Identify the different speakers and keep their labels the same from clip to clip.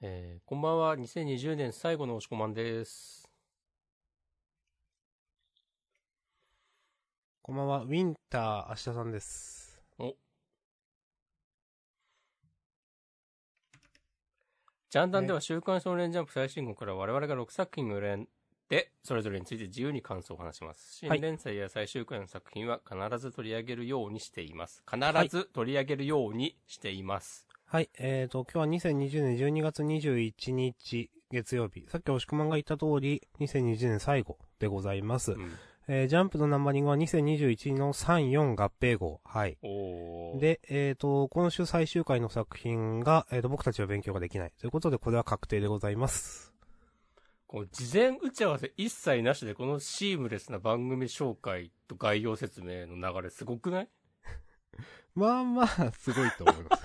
Speaker 1: えーこんばんは。2020年最後の押し込まんです。
Speaker 2: こんばんは、ウィンター、明日さんです。
Speaker 1: ジャンダンでは週刊少年ジャンプ最新号から我々が6作品を連で、それぞれについて自由に感想を話します。新
Speaker 2: はい
Speaker 1: 連載や最終回の作品は必ず取り上げるようにしています。必ず取り上げるようにしています。
Speaker 2: はい、えーと、今日は2020年12月21日、月曜日。さっき押し込まんが言った通り、2020年最後でございます。
Speaker 1: うん
Speaker 2: えージャンプのナンバリングは2021の3、4合併号。はい。
Speaker 1: おー。
Speaker 2: で、えーと、今週最終回の作品が、えーと、僕たちは勉強ができない。ということで、これは確定でございます。
Speaker 1: こう事前打ち合わせ一切なしでこのシームレスな番組紹介と概要説明の流れすごくない
Speaker 2: まあまあ、すごいと思い ます。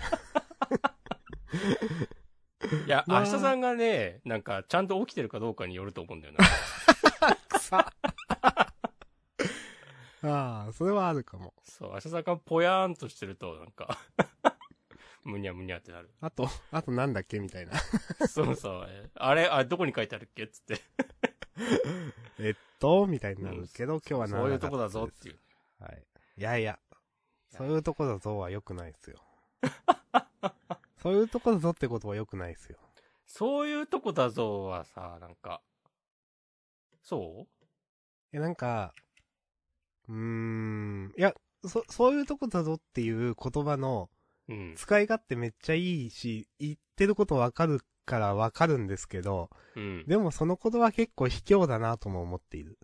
Speaker 1: いや、
Speaker 2: まあ
Speaker 1: 明日さんがね、なんかちゃんと起きてるかどうかによると思うんだよな。
Speaker 2: ああ、それはあるかも。
Speaker 1: そう、明日さんがぽやーんとしてるとなんか、 むにゃむにゃってなる。
Speaker 2: あと、あとなんだっけみたいな。
Speaker 1: そうそう。えあれ、あれどこに書いてあるっけっつって。
Speaker 2: えっと、みたいになるけど、今日はな
Speaker 1: そ
Speaker 2: ら
Speaker 1: うい
Speaker 2: な
Speaker 1: うと
Speaker 2: かっ
Speaker 1: こ
Speaker 2: た
Speaker 1: だ
Speaker 2: です
Speaker 1: ぞっていう。
Speaker 2: はい。いやいや、そういうとこだぞは良くないです よ。そういうとこだぞってことは良くないですよ。
Speaker 1: そういうとこだぞはさ、なんか、そ
Speaker 2: え、なんか、うーん、いや、そ、そういうとこだぞっていう言葉の
Speaker 1: ううん。
Speaker 2: 使い勝手めっちゃいいし、言ってることわかるからわかるんですけど、
Speaker 1: うん。
Speaker 2: でもその言葉結構卑怯だなとも思っている。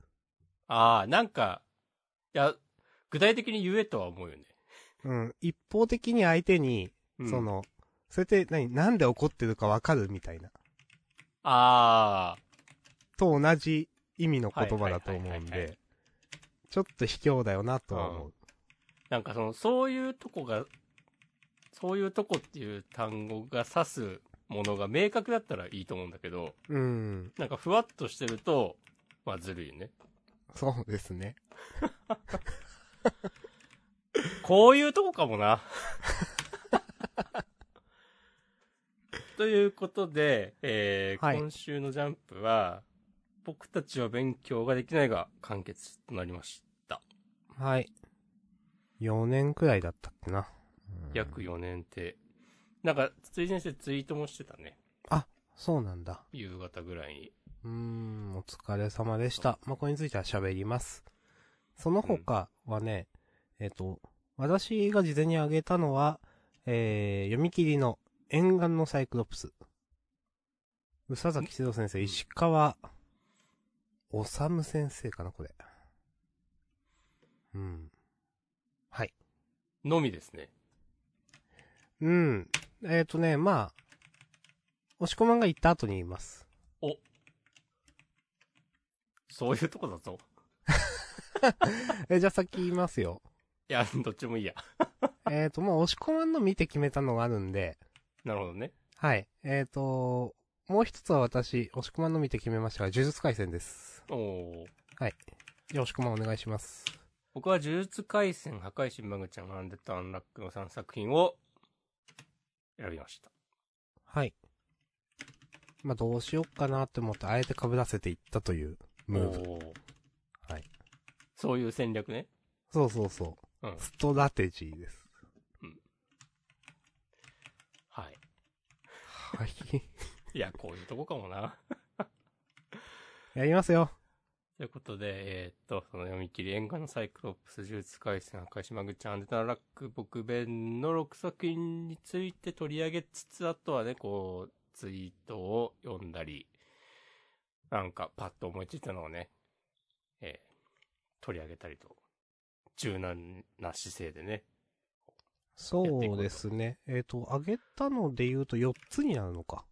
Speaker 1: ああ、なんか、いや、具体的に言えとは思うよね。
Speaker 2: うん、一方的に相手に、
Speaker 1: うん
Speaker 2: その、それって何、なんで怒ってるかわかるみたいな。
Speaker 1: あ
Speaker 2: と同じ意味の言葉だと思
Speaker 1: は
Speaker 2: う
Speaker 1: いはいはい
Speaker 2: ん
Speaker 1: はいはい
Speaker 2: で、ちょっと卑怯だよなとは思う。
Speaker 1: あ、なんかその、そういうとこが、そういうとこっていう単語が指すものが明確だったらいいと思うんだけど、
Speaker 2: うん、
Speaker 1: なんかふわっとしてると、まあずるいよね。
Speaker 2: そうですね。
Speaker 1: こういうとこかもな。 ということで、えー
Speaker 2: はい
Speaker 1: 今週のジャンプは、僕たちは勉強ができないが完結となりました。
Speaker 2: はい。4年くらいだったっけな。うん
Speaker 1: 約4年って。なんか、筒井先生ツイートもしてたね。
Speaker 2: そうなんだ。
Speaker 1: 夕方ぐらいに。
Speaker 2: うーん、お疲れ様でした。まあ、これについては喋ります。その他はね、えっ、と、私が事前に挙げたのは、えー、読み切りの沿岸のサイクロプス。宇佐崎史郎先生、石川、治先生かな、これ。うん。はい。
Speaker 1: のみですね。
Speaker 2: うん。えっ、とね、まあ、押し込まんが言った後に言います。
Speaker 1: そういうとこだぞ。
Speaker 2: え、じゃあ先言いますよ。
Speaker 1: いや、どっちもいいや。
Speaker 2: えっと、まあ、押し込まんの見て決めたのがあるんで、
Speaker 1: なるほどね。
Speaker 2: はい。えっ、と、もう一つは私、押し込まんの見て決めましたが、呪術回戦です。
Speaker 1: おー。
Speaker 2: じゃあ、押し込まんお願いします。
Speaker 1: 僕は呪術廻戦、破壊神マグちゃん、アンデッド、アンラックの3作品を選びました。
Speaker 2: はい。まあ、どうしよっかなって思って、あえて被らせていったという、ムーブ。
Speaker 1: おー
Speaker 2: はい。
Speaker 1: そういう戦略ね。
Speaker 2: そうそうそう。
Speaker 1: うん
Speaker 2: ストラテジーです。
Speaker 1: はい。
Speaker 2: はい。
Speaker 1: いや、こういうとこかもな。
Speaker 2: やりますよ。
Speaker 1: ということで、えーっと、その読み切り、演歌のサイクロプス、呪術廻戦、赤島口、アンデタラック、僕弁の6作品について取り上げつつ、あとはね、こう、ツイートを読んだり、なんか、パッと思いついたのをね、えー取り上げたりと、柔軟な姿勢でね。
Speaker 2: そうですね。えっ、と、あげたので言うと4つになるのか。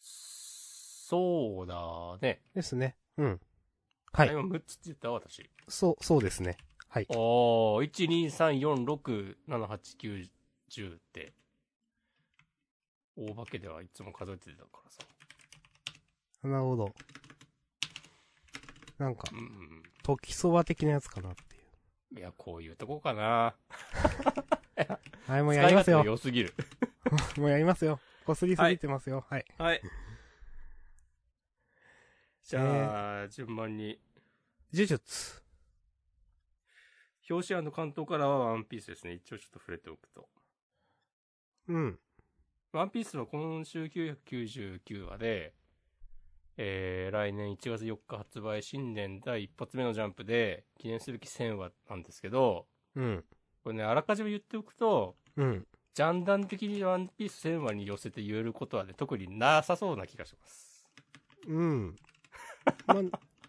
Speaker 1: そうだね。
Speaker 2: ですね。うん。はい
Speaker 1: あ今6つって言った私。
Speaker 2: そう、そうですね。はい。
Speaker 1: おー、1,2,3,4,6,7,8,9,10って、大化けではいつも数えてたからさ。
Speaker 2: なるほど。なんか
Speaker 1: う、んうん
Speaker 2: 時そば的なやつかなっていう。
Speaker 1: うん。いや、こういうとこかな。
Speaker 2: はい、もうやります
Speaker 1: 使い勝手が
Speaker 2: よ。
Speaker 1: 良すぎる。
Speaker 2: もうやりますよ。こすりすぎてますよ。はい。
Speaker 1: はい。じゃあ、順番に。
Speaker 2: 呪術。
Speaker 1: 表紙関東からはワンピースですね。一応ちょっと触れておくと。
Speaker 2: うん。
Speaker 1: ワンピースは今週999話で、えー、来年1月4日発売新年第一発目のジャンプで記念すべき1000話なんですけど、
Speaker 2: うん。
Speaker 1: これね、あらかじめ言っておくと、
Speaker 2: うん。
Speaker 1: ジャンダン的にワンピース1000話に寄せて言えることはね、特になさそうな気がします。
Speaker 2: うん。 まあ、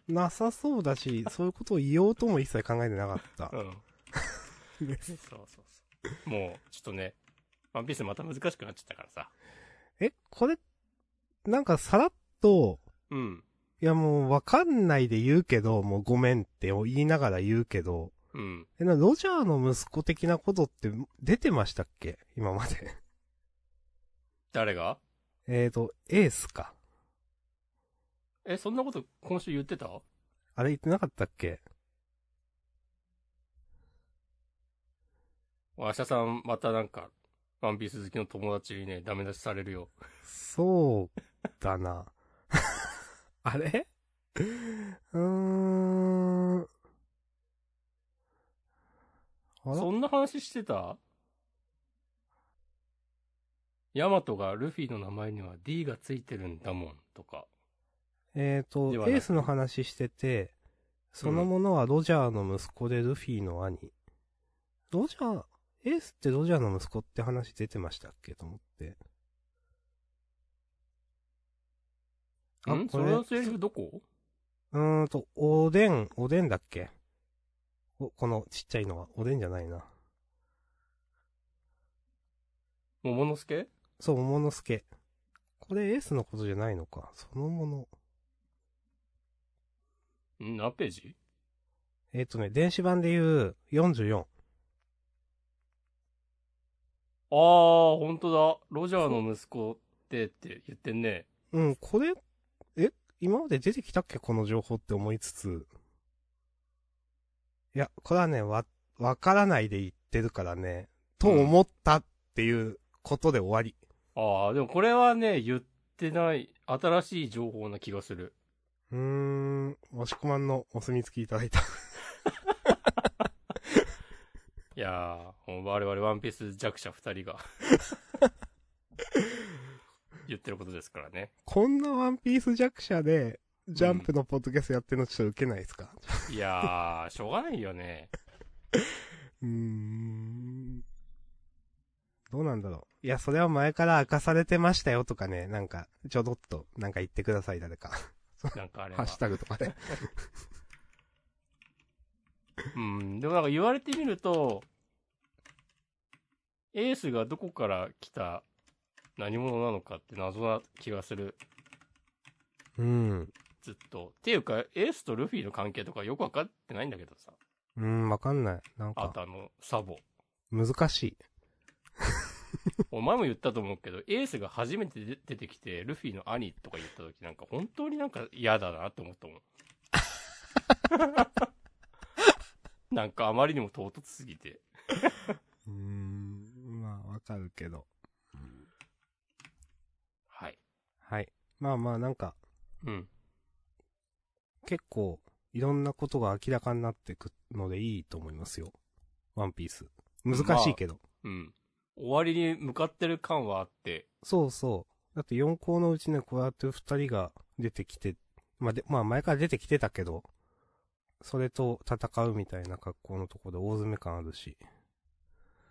Speaker 2: なさそうだし、そういうことを言おうとも一切考えてなかった
Speaker 1: う。ん。
Speaker 2: です
Speaker 1: そうそうそう。もう、ちょっとね、ワンピースまた難しくなっちゃったからさ。
Speaker 2: え、これ、なんかさらっと、
Speaker 1: うん。
Speaker 2: いやもうわかんないで言うけど、もうごめんって言いながら言うけど、
Speaker 1: うん。
Speaker 2: え、な、ロジャーの息子的なことって出てましたっけ今まで。
Speaker 1: 誰が
Speaker 2: えーと、エースか。
Speaker 1: え、そんなこと今週言ってた
Speaker 2: あれ言ってなかったっけ
Speaker 1: 明日さん、またなんか、ワンピース好きの友達にね、ダメ出しされるよ。
Speaker 2: そうだな。 あれうーん。あら
Speaker 1: そんな話してたヤマトがルフィの名前には D がついてるんだもん、とか。
Speaker 2: えーと、
Speaker 1: ではなく
Speaker 2: エースの話してて、そのものはロジャーの息子でルフィの兄。ロジャー、エースってロジャーの息子って話出てましたっけと思って。あ
Speaker 1: ん
Speaker 2: こ
Speaker 1: そ
Speaker 2: れ
Speaker 1: のセリフどこ
Speaker 2: うーんと、おでん、おでんだっけお、このちっちゃいのは、おでんじゃないな。
Speaker 1: 桃之助
Speaker 2: そう、桃之助。これエースのことじゃないのか。そのもの。
Speaker 1: ん何ページ
Speaker 2: えっ、とね、電子版で言う44。
Speaker 1: あー、ほんとだ。ロジャーの息子ってって言ってんね。
Speaker 2: うん、これ、え、今まで出てきたっけこの情報って思いつつ。いや、これはね、わ、わからないで言ってるからね、と思ったっていうことで終わり。
Speaker 1: あー、でもこれはね、言ってない、新しい情報な気がする。
Speaker 2: うーん、押し込まんのお墨付きいただいた。
Speaker 1: いやー、もう我々ワンピース弱者二人 が、言ってることですからね。
Speaker 2: こんなワンピース弱者で、ジャンプのポッドキャストやってるのちょっと受けないですか、
Speaker 1: いやー、しょうがないよね。
Speaker 2: うーん。どうなんだろう。いや、それは前から明かされてましたよとかね、なんか、ちょどっと、なんか言ってください、誰か。
Speaker 1: なんかあれ
Speaker 2: ハ
Speaker 1: は
Speaker 2: ッ。シュタグとかで。
Speaker 1: うん、でもなんか言われてみると、エースがどこから来た何者なのかって謎な気がする。
Speaker 2: うん。
Speaker 1: ずっと。っていうか、エースとルフィの関係とかよくわかってないんだけどさ。
Speaker 2: うん、わかんない。なん
Speaker 1: あ
Speaker 2: か、
Speaker 1: とあの、サボ。
Speaker 2: 難しい。
Speaker 1: お前も言ったと思うけど、エースが初めて出出てきて、ルフィの兄とか言った時なんか本当になんか嫌だなって思 ったもん。なんかあまりにも唐突すぎて。
Speaker 2: うーん、まあ、わかるけど。
Speaker 1: はい。
Speaker 2: はい。まあまあ、なんか、
Speaker 1: うん。
Speaker 2: 結構、いろんなことが明らかになってくのでいいと思いますよ。ワンピース。難しいけど。
Speaker 1: うん。終わりに向かってる感はあって、
Speaker 2: そうそう。だって4校のうちね、こうやって2人が出てきて、まあ、で、まあ前から出てきてたけど、それと戦うみたいな格好のとこで大詰め感あるし。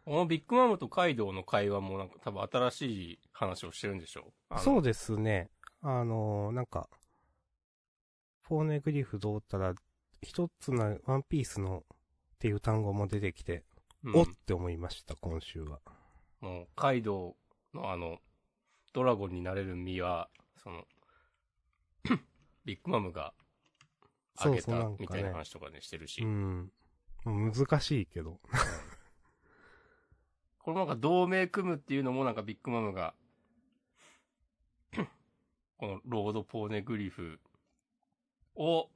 Speaker 1: このビッグマムとカイドウの会話もなんか多分新しい話をしてるんでしょ。
Speaker 2: そううですね。あのーなんか、フォーネグリフどうったら、一つのワンピースのっていう単語も出てきて、
Speaker 1: うん
Speaker 2: おって思いました、今週は。
Speaker 1: もう、カイドウのあの、ドラゴンになれる実は、その、 ビッグマムが、あげ
Speaker 2: そうそ
Speaker 1: た
Speaker 2: うなんかね
Speaker 1: みたいな話とかね、してるし
Speaker 2: う。ん。難しいけど。
Speaker 1: このなんか同盟組むっていうのもなんかビッグマムが、 このロードポーネグリフを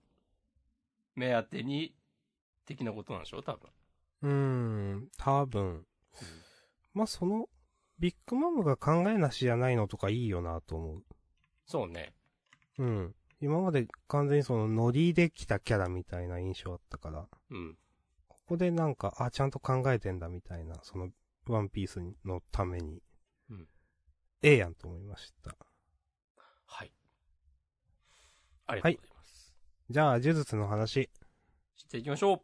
Speaker 1: 目当てに、的なことなんでしょ多分。
Speaker 2: うーん、多分。まあ、その、ビッグマムが考えなしじゃないのとかいいよなと思
Speaker 1: そうね。
Speaker 2: う。うん。今まで完全にそのノリで来たキャラみたいな印象あったから、
Speaker 1: うん。
Speaker 2: ここでなんか、あ、ちゃんと考えてんだみたいな、その、ワンピースのために。
Speaker 1: うん
Speaker 2: ええやんと思いました。
Speaker 1: はい。ありがとうございます。
Speaker 2: じゃあ、呪術の話。
Speaker 1: していきましょう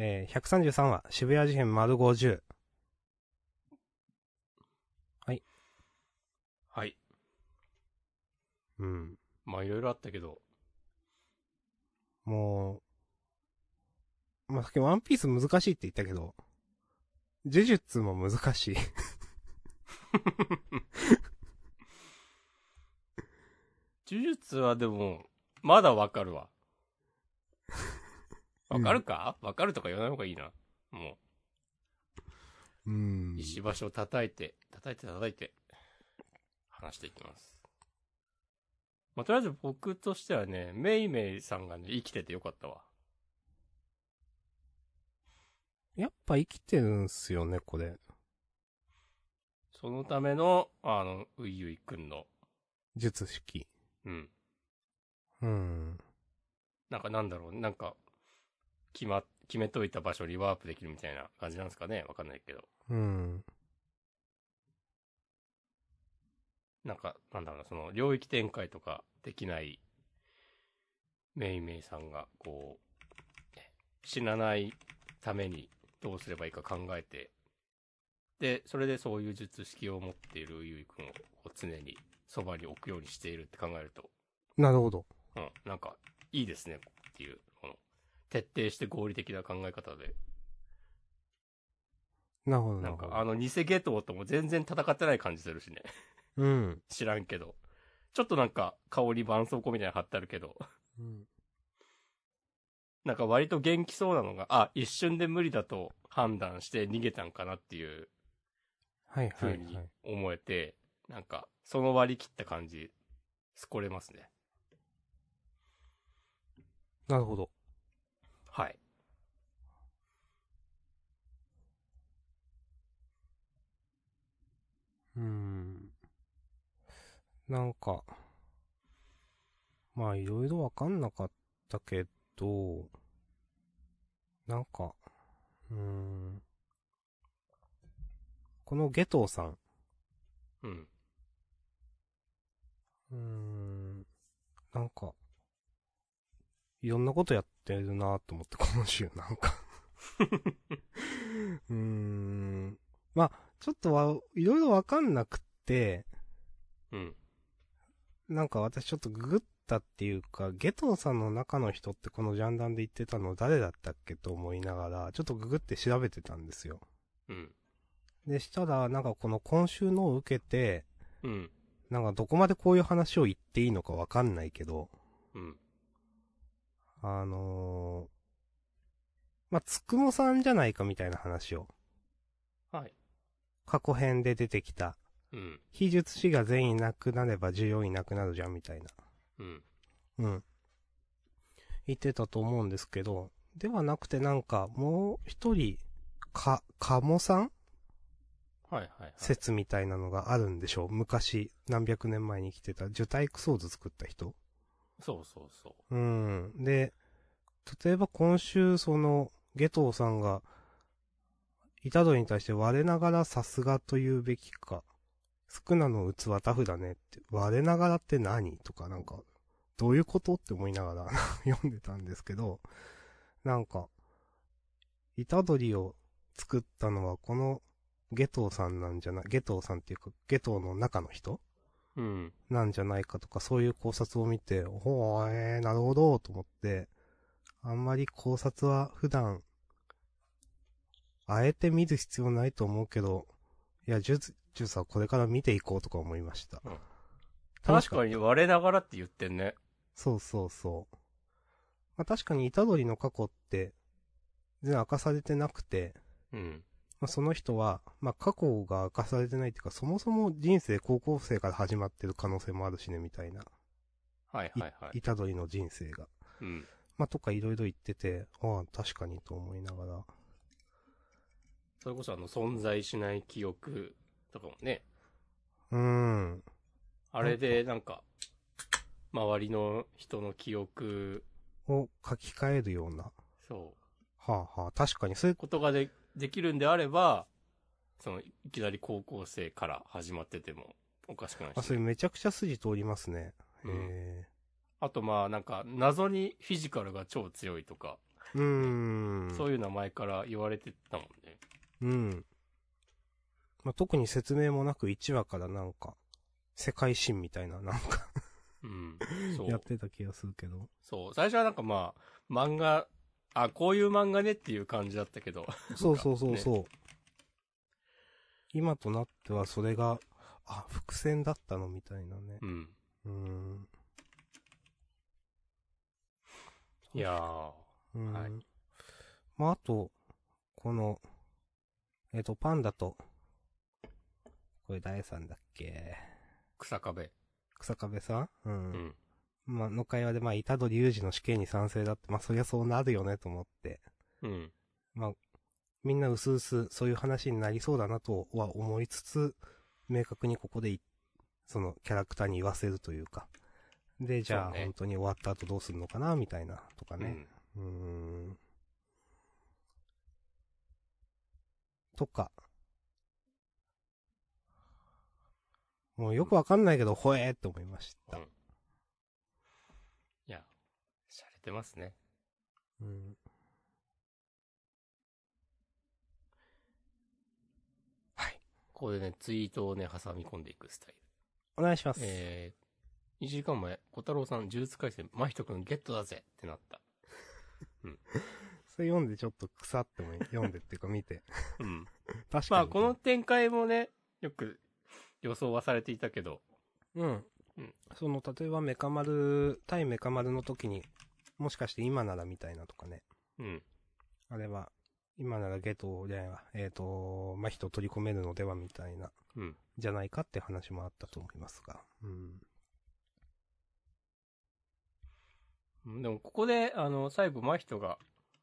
Speaker 2: えー、133話、渋谷事変丸50。
Speaker 1: はい。
Speaker 2: うん。
Speaker 1: まあ、いろいろあったけど、
Speaker 2: もう、まあ、さっきワンピース難しいって言ったけど、呪術も難しい。
Speaker 1: 呪術はでも、まだわかるわ。わかるかわ、かるとか言わない方がいいな。も
Speaker 2: うん
Speaker 1: う、石橋を叩いて、叩いて叩いて、話していきます。まあ、とりあえず僕としてはね、メイメイさんがね、生きててよかったわ。
Speaker 2: やっぱ生きてるんすよね、これ。
Speaker 1: そのための、あの、ういういくんの、
Speaker 2: 術式。
Speaker 1: うん。
Speaker 2: うん。
Speaker 1: なんかなんだろう、なんか、決ま、決めといた場所にワープできるみたいな感じなんですかねわかんないけど。
Speaker 2: うん。
Speaker 1: なんか、なんだろうな、その、領域展開とかできない、メイメイさんが、こう、死なないためにどうすればいいか考えて、で、それでそういう術式を持っているゆいくんを常にそばに置くようにしているって考えると、
Speaker 2: なるほど。
Speaker 1: うん、なんか、いいですね、っていう、この、徹底して合理的な考え方で、
Speaker 2: なるほど。
Speaker 1: なんか
Speaker 2: る、ほど
Speaker 1: あの、偽ゲトウとも全然戦ってない感じするしね。
Speaker 2: うん。
Speaker 1: 知らんけど。ちょっとなんか、香り絆創膏みたいなの貼ってあるけど、
Speaker 2: うん。
Speaker 1: なんか割と元気そうなのが、あ、一瞬で無理だと判断して逃げたんかなっていう
Speaker 2: はいはい
Speaker 1: 風
Speaker 2: はい
Speaker 1: に。思えて、なんか、その割り切った感じ、すこれますね。
Speaker 2: なるほど。
Speaker 1: はい。
Speaker 2: うん。なんか、まあいろいろわかんなかったけど、なんか、うーん。このゲトウさん、
Speaker 1: うん。
Speaker 2: うーん、なんか、いろんなことやってるなと思って、 今週なんか。うーん。まあ、ちょっとわ、いろいろわかんなくって、
Speaker 1: うん。
Speaker 2: なんか私ちょっとググったっていうか、ゲトウさんの中の人ってこのジャンダンで言ってたの誰だったっけと思いながら、ちょっとググって調べてたんですよ。
Speaker 1: うん。
Speaker 2: で、したら、なんかこの今週のを受けて、
Speaker 1: うん。
Speaker 2: なんかどこまでこういう話を言っていいのかわかんないけど、
Speaker 1: うん。
Speaker 2: あのー、まあ、つくもさんじゃないかみたいな話を、
Speaker 1: はい。
Speaker 2: 過去編で出てきた、
Speaker 1: うん。
Speaker 2: 非術師が全員なくなれば需要いなくなるじゃんみたいな。
Speaker 1: うん。
Speaker 2: うん。言ってたと思うんですけど、ではなくてなんか、もう一人、か、かもさん
Speaker 1: はいはいはい。
Speaker 2: 説みたいなのがあるんでしょう。昔、何百年前に来てた、受胎クソーズ作った人。
Speaker 1: そうそうそ
Speaker 2: うん。で、例えば今週、その、ゲトウさんが、イタドリに対して我ながらさすがと言うべきか、少なの器タフだねって、我ながらって何とかなんか、どういうことって思いながら 読んでたんですけど、なんか、イタドリを作ったのはこのゲトウさんなんじゃない、ゲトウさんっていうか、ゲトウの中の人
Speaker 1: う。うん。
Speaker 2: なんじゃないかとか、そういう考察を見て、ほー、えー、なるほど、と思って、あんまり考察は普段、あえて見る必要ないと思うけど、いや、ジュズ、ジュズはこれから見ていこうとか思いました。
Speaker 1: うん
Speaker 2: 楽し
Speaker 1: 確
Speaker 2: かっ
Speaker 1: かに
Speaker 2: た
Speaker 1: 我ながらって言ってんね。
Speaker 2: そうそうそう。まあ、確かに、イタドリの過去って、全然明かされてなくて、
Speaker 1: うん。
Speaker 2: まあ、その人は、まあ、過去が明かされてないっていうか、そもそも人生高校生から始まってる可能性もあるしね、みたいな。
Speaker 1: はいはいはい。
Speaker 2: イタドリの人生が。
Speaker 1: うん。
Speaker 2: まあ、とかいろいろ言ってて、ああ、確かにと思いながら。
Speaker 1: それこそあの、存在しない記憶とかもね、
Speaker 2: うん。
Speaker 1: あれでなんか、周りの人の記憶、
Speaker 2: を書き換えるような。
Speaker 1: そう、
Speaker 2: はあはあ、確かに、それ、
Speaker 1: ことがで、できるんであれば、その、いきなり高校生から始まっててもおかしくない
Speaker 2: あ、
Speaker 1: し、
Speaker 2: それめちゃくちゃ筋通りますね。
Speaker 1: うん
Speaker 2: へ
Speaker 1: あとまあなんか、謎にフィジカルが超強いとか、
Speaker 2: え。うーん。
Speaker 1: そういう名前から言われてたもんね。
Speaker 2: うん。まあ、特に説明もなく1話からなんか、世界新みたいななんか
Speaker 1: うん。そ
Speaker 2: やっ
Speaker 1: う。
Speaker 2: てた気がするけど。
Speaker 1: そう。最初はなんかまあ、漫画、あ、こういう漫画ねっていう感じだったけ ど。
Speaker 2: そうそうそうそう。今となってはそれが、あ、伏線だったのみたいなね
Speaker 1: う。ん。
Speaker 2: うーん。
Speaker 1: いやー。
Speaker 2: うん。
Speaker 1: はい
Speaker 2: まあ、あと、この、えっ、と、パンダと、これ誰さんだっけ
Speaker 1: 草壁。
Speaker 2: 草壁さんうん
Speaker 1: うん。
Speaker 2: まあ、の会話で、まあ、虎杖裕二の死刑に賛成だって、まあ、そりゃそうなるよね、と思って。
Speaker 1: うん。
Speaker 2: まあ、みんな薄々、そういう話になりそうだなとは思いつつ、明確にここでい、その、キャラクターに言わせるというか。で、じゃ
Speaker 1: そ
Speaker 2: あ、
Speaker 1: うね
Speaker 2: 本当に終わった後どうするのかな、みたいな、とか
Speaker 1: う
Speaker 2: ね。
Speaker 1: ん。
Speaker 2: うーん。とか。もうよくわかんないけど、ほえーって思いました。
Speaker 1: いや、洒落てますね。
Speaker 2: うん。はい。
Speaker 1: ここでね、ツイートをね、挟み込んでいくスタイル。
Speaker 2: お願いします。
Speaker 1: えー、1時間前、小太郎さん、呪術回戦、真人くんゲットだぜってなった。
Speaker 2: それ読んでちょっと腐ってもいい。 読んでっていうか 見て。
Speaker 1: うん。
Speaker 2: 確かに。
Speaker 1: まあ、この、展開もね、よく予想はされていたけど、
Speaker 2: うん。
Speaker 1: うん
Speaker 2: その、例えばメカ丸、対メカ丸の時に、もしかして今ならみたいなとかね。
Speaker 1: うん。
Speaker 2: あれは、今ならゲトじゃないわ。えっ、と、まあ、人を取り込めるのではみたいな、
Speaker 1: うん。
Speaker 2: じゃないかって話もあったと思いますが。うん。
Speaker 1: うんでも、ここで、あの、最後、真人が、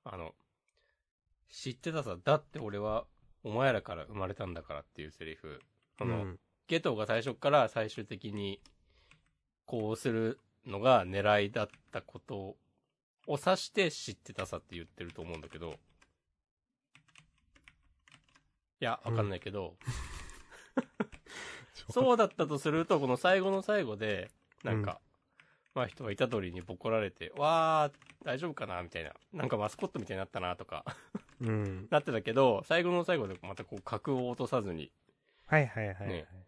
Speaker 1: あの、知ってたさ、だって俺は、お前らから生まれたんだからっていうセリフ。あの、
Speaker 2: うん
Speaker 1: ゲトが最初から最終的に、こうするのが狙いだったことを指して知ってたさって言ってると思うんだけど、いや、わかんないけ ど、そうだったとすると、この最後の最後で、なんか、まあ人が虎杖にボコられて、わー、大丈夫かなみたいな。なんかマスコットみたいになったなとか、
Speaker 2: うん。
Speaker 1: なってたけど、最後の最後でまたこう格を落とさずに、
Speaker 2: はいはいはいはい。
Speaker 1: ね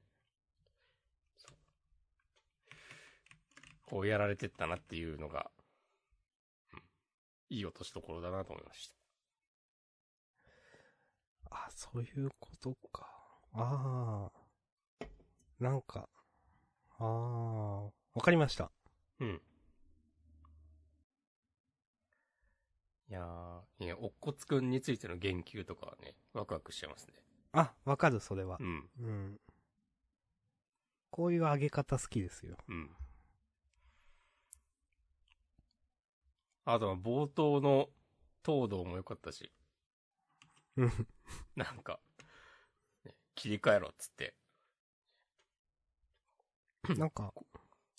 Speaker 1: こうやられてったなっていうのが、うんいい落としどころだなと思いました。
Speaker 2: あ、そういうことか。ああ。なんか、ああ。わかりました。
Speaker 1: うん。いやー、いや、おっこつくんについての言及とかはね、ワクワクしちゃいますね。
Speaker 2: あ、わかる、それは
Speaker 1: う。ん、
Speaker 2: うん。こういう上げ方好きで すよ。
Speaker 1: うん。あとは冒頭の東堂も良かったし、
Speaker 2: うん。
Speaker 1: なんか、ね切り替えろっつって。
Speaker 2: なんか、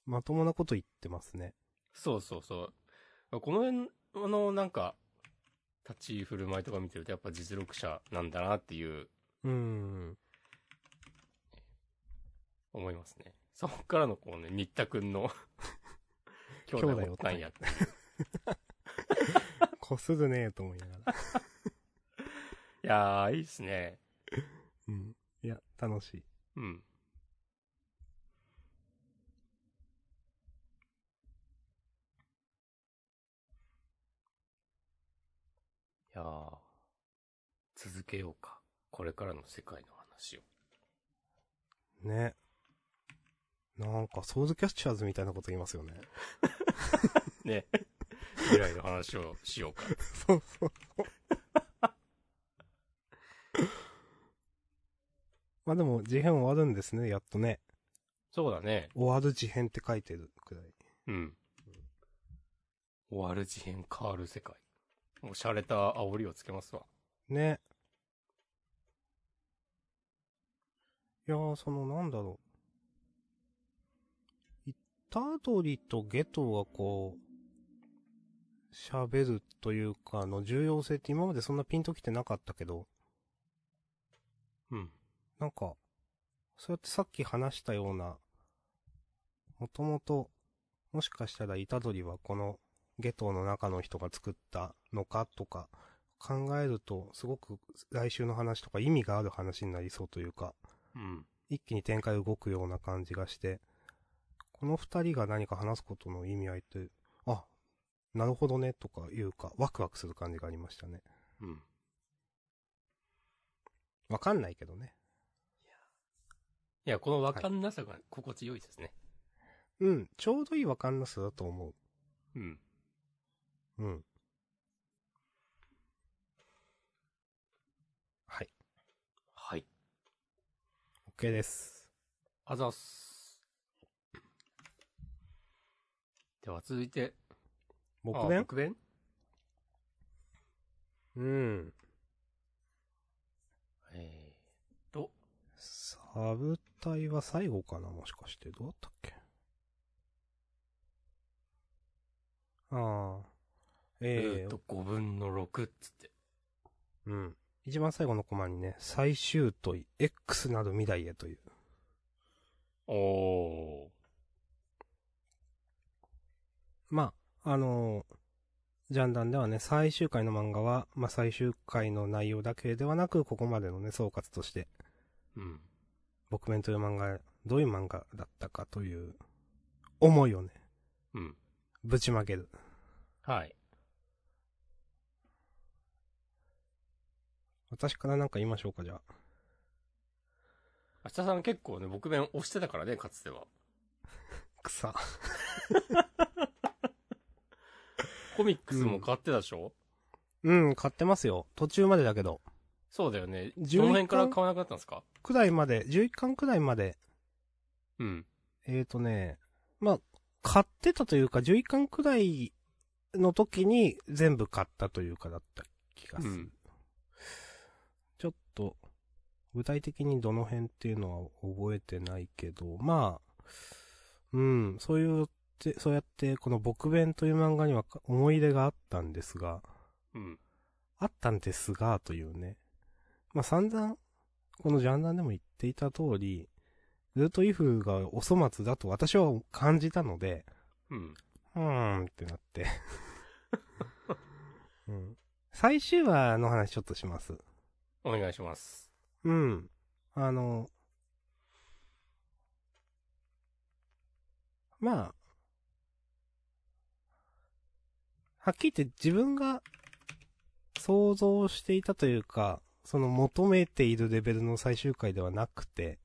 Speaker 2: まともなこと言ってますね。
Speaker 1: そうそうそう。この辺のなんか、立ち居振る舞いとか見てるとやっぱ実力者なんだなっていう
Speaker 2: うん。
Speaker 1: 思いますね。そっからのこうね、新田くんの、 兄弟おったんやっていう。
Speaker 2: こするねえと思いなが
Speaker 1: い
Speaker 2: ら。
Speaker 1: やー、いいっすね。
Speaker 2: うん。いや、楽しい。
Speaker 1: うん。いやー、続けようか。これからの世界の話を。
Speaker 2: ね。なんか、ソードキャッチャーズみたいなこと言いますよね。
Speaker 1: ね。未来の話をしようか。
Speaker 2: そうそうそう。 まあでも、事変終わるんですね、やっとね。
Speaker 1: そうだね。
Speaker 2: 終わる事変って書いてるくらい。
Speaker 1: うん。終わる事変変わる世界。もう洒落た煽りをつけますわ。
Speaker 2: ね。いやー、そのなんだろう。イタドリとゲトがこう、喋るというか、の重要性って今までそんなピンときてなかったけど、
Speaker 1: うん。
Speaker 2: なんか、そうやってさっき話したような、もともと、もしかしたらイタドリはこのゲトの中の人が作ったのかとか、考えると、すごく来週の話とか意味がある話になりそうというか、
Speaker 1: うん。
Speaker 2: 一気に展開動くような感じがして、この二人が何か話すことの意味合いって、あ、なるほどね、とかいうか、ワクワクする感じがありましたね。
Speaker 1: うん。
Speaker 2: わかんないけどね。
Speaker 1: いや、このわかんなさが心地よいですね。
Speaker 2: うん、ちょうどいいわかんなさだと思
Speaker 1: うん。
Speaker 2: う。うん。はい、
Speaker 3: はい。
Speaker 2: OK です。
Speaker 1: あざっす。では続いて、
Speaker 2: 僕
Speaker 1: あ
Speaker 2: 弁
Speaker 1: 僕弁
Speaker 2: うん。
Speaker 1: えー、と、
Speaker 2: サブ隊は最後かなもしかして。どうだったっけああ。え
Speaker 1: え
Speaker 2: え
Speaker 1: ー、と、5分の6っつって。
Speaker 2: うん。一番最後のコマにね、最終問い、X など未来へという。
Speaker 1: おー。
Speaker 2: まあ、あのージャンダンではね、最終回の漫画は、まあ、最終回の内容だけではなく、ここまでのね、総括として、
Speaker 1: うん。
Speaker 2: 僕弁という漫画、どういう漫画だったかという、思いをね、
Speaker 1: うん。
Speaker 2: ぶちまける。
Speaker 1: はい。
Speaker 2: 私からなんか言いましょうか、じゃあ。
Speaker 1: 明日さん結構ね、僕弁押してたからね、かつては。
Speaker 2: 草。
Speaker 1: コミックスも買ってたでしょ、
Speaker 2: うん、買ってますよ。途中までだけど。
Speaker 1: そうだよね。
Speaker 2: 11
Speaker 1: どの辺から買わなくなったんですか
Speaker 2: くらいまで、11巻くらいまで、
Speaker 1: うん。
Speaker 2: えーとね、まあ、買ってたというか、11巻くらいの時に全部買ったというかだった気がする。
Speaker 1: うん
Speaker 2: ちょっと、具体的にどの辺っていうのは覚えてないけど、まあ、うん、そういうて、そうやって、この僕弁という漫画にはか思い入れがあったんですが、
Speaker 1: うん。
Speaker 2: あったんですが、というね。まあ、散々、このジャンダンでも言っていた通り、ルートイフがお粗末だと私は感じたので、
Speaker 1: うん。
Speaker 2: うーんってなって、うん。最終話の話ちょっとします。
Speaker 1: お願いします。
Speaker 2: うん。あの、まあ、はっきり言って自分が想像していたというか、その求めているレベルの最終回ではなくて、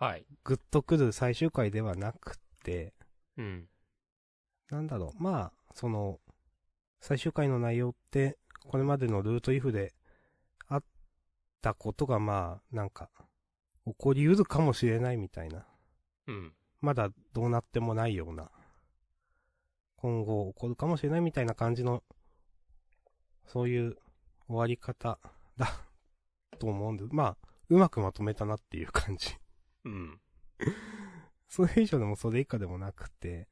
Speaker 1: はい。
Speaker 2: グッとくる最終回ではなくて、
Speaker 1: うん。
Speaker 2: なんだろう、まあ、その、最終回の内容って、これまでのルートイフであったことが、まあ、なんか、起こりうるかもしれないみたいな。
Speaker 1: うん。
Speaker 2: まだどうなってもないような。今後起こるかもしれないみたいな感じの、そういう終わり方だと思うんで、まあ、うまくまとめたなっていう感じ。
Speaker 1: うん。
Speaker 2: それ以上でもそれ以下でもなくて、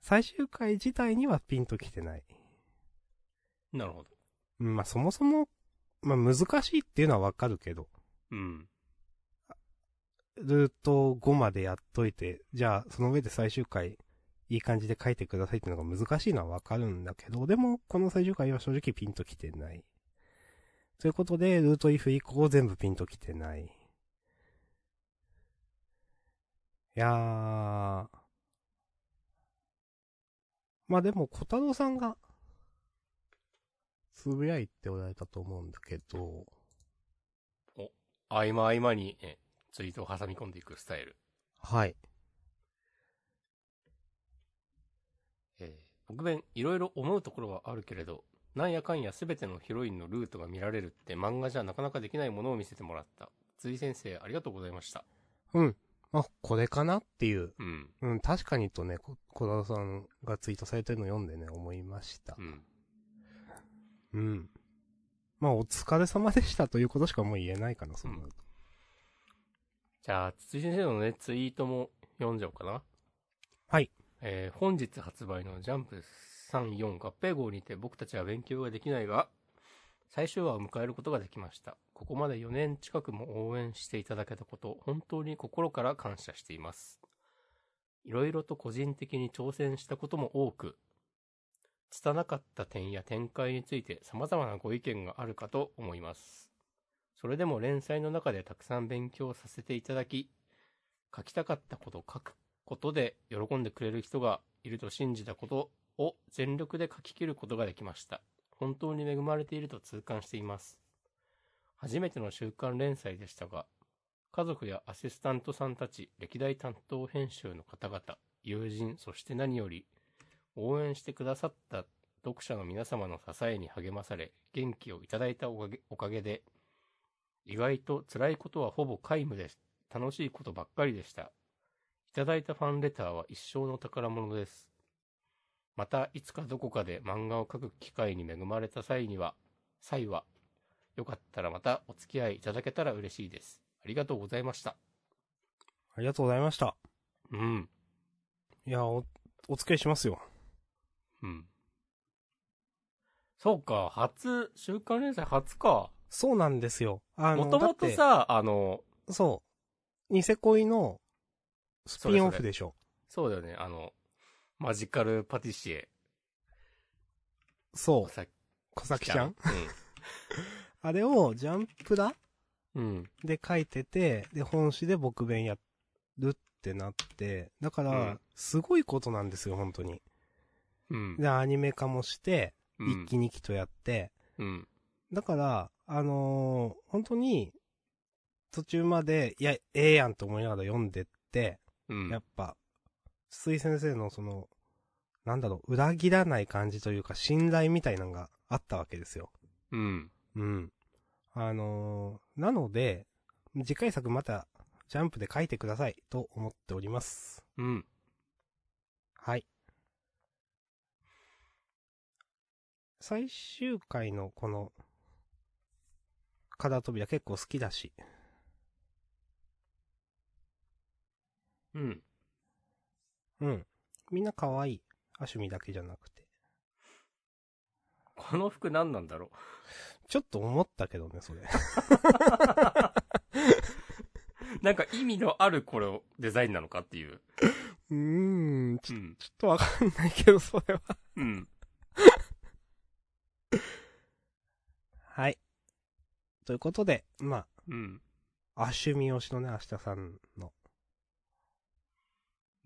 Speaker 2: 最終回自体にはピンときてない。
Speaker 1: なるほど。
Speaker 2: うんまあそもそも、まあ難しいっていうのはわかるけど、
Speaker 1: うん。
Speaker 2: ルート5までやっといて、じゃあその上で最終回、いい感じで書いてくださいっていうのが難しいのはわかるんだけど、でもこの最終回は正直ピンときてない。ということで、ルート if 以降全部ピンときてない。いやー。まあでも、小太郎さんが、つぶやいておられたと思うんだけど、
Speaker 1: 合間合間に、ね、ツイートを挟み込んでいくスタイル。
Speaker 2: はい。
Speaker 1: えー、僕弁、いろいろ思うところはあるけれど、なんやかんや全てのヒロインのルートが見られるって漫画じゃなかなかできないものを見せてもらった。辻先生、ありがとうございました。
Speaker 2: うん。あ、これかなっていう。
Speaker 1: うん。
Speaker 2: うん、確かにとね、こ小田さんがツイートされてるの読んでね、思いました
Speaker 1: う。ん。
Speaker 2: うん。まあ、お疲れ様でしたということしかもう言えないかな、そうなると。
Speaker 1: じゃあ、筒井先生のね、ツイートも読んじゃおうかな。
Speaker 2: はい。
Speaker 1: えー本日発売のジャンプ34合併号にて僕たちは勉強ができないが、最終話を迎えることができました。ここまで4年近くも応援していただけたこと、本当に心から感謝しています。いろいろと個人的に挑戦したことも多く、拙かった点や展開について様々なご意見があるかと思います。それでも連載の中でたくさん勉強させていただき、書きたかったことを書くことで喜んでくれる人がいると信じたことを全力で書き切ることができました。本当に恵まれていると痛感しています。初めての週刊連載でしたが、家族やアシスタントさんたち、歴代担当編集の方々、友人、そして何より、応援してくださった読者の皆様の支えに励まされ、元気をいただいたおかげおかげで、意外と辛いことはほぼ皆無です。楽しいことばっかりでした。いただいたファンレターは一生の宝物です。また、いつかどこかで漫画を描く機会に恵まれた際には、際は、よかったらまたお付き合いいただけたら嬉しいです。ありがとうございました。
Speaker 2: ありがとうございました。
Speaker 1: うん。
Speaker 2: いや、お、お付き合いしますよ。
Speaker 1: うん。そうか、初、週刊連載初か。
Speaker 2: そうなんですよ。あの、
Speaker 1: もともと
Speaker 2: だっ
Speaker 1: さ、あの、
Speaker 2: て、そう。ニセ恋のスピンオフでしょ。
Speaker 1: そうだよね、あの、マジカルパティシエ、
Speaker 2: そう
Speaker 1: 小崎
Speaker 2: 小崎ちゃん
Speaker 1: ちゃん
Speaker 2: あれをジャンプだ
Speaker 1: うん。う ん。
Speaker 2: で書いてて、で、本誌で僕弁やるってなって、だか
Speaker 1: う
Speaker 2: ら
Speaker 1: ん、
Speaker 2: すごいことなんですよ、本当に。
Speaker 1: うん。
Speaker 2: で、アニメ化もして、
Speaker 1: うん
Speaker 2: 一気にきとやって、
Speaker 1: うん。
Speaker 2: だから、あのー本当に、途中まで、いや、ええやんと思いながら読んでって、
Speaker 1: うん。
Speaker 2: やっぱ、筒井先生のその、なんだろう、裏切らない感じというか、信頼みたいなのがあったわけですよ。
Speaker 1: うん。
Speaker 2: うん。あのーなので、次回作また、ジャンプで書いてください、と思っております。
Speaker 1: うん。
Speaker 2: はい。最終回のこの、片扉結構好きだし、
Speaker 1: うん。
Speaker 2: うん。みんな可愛い。アシュミだけじゃなくて。
Speaker 1: この服何なんだろ
Speaker 2: ちょっと思ったけどね、それ。
Speaker 1: う。 なんか意味のあるこれをデザインなのかっていう。
Speaker 2: うーん、ち
Speaker 1: う
Speaker 2: ょ
Speaker 1: ん。
Speaker 2: ちょっとわかんないけど、それは。
Speaker 1: うん。
Speaker 2: はい。ということで、ま
Speaker 1: うん。
Speaker 2: あ、アシュミ推しのね、明日さんの、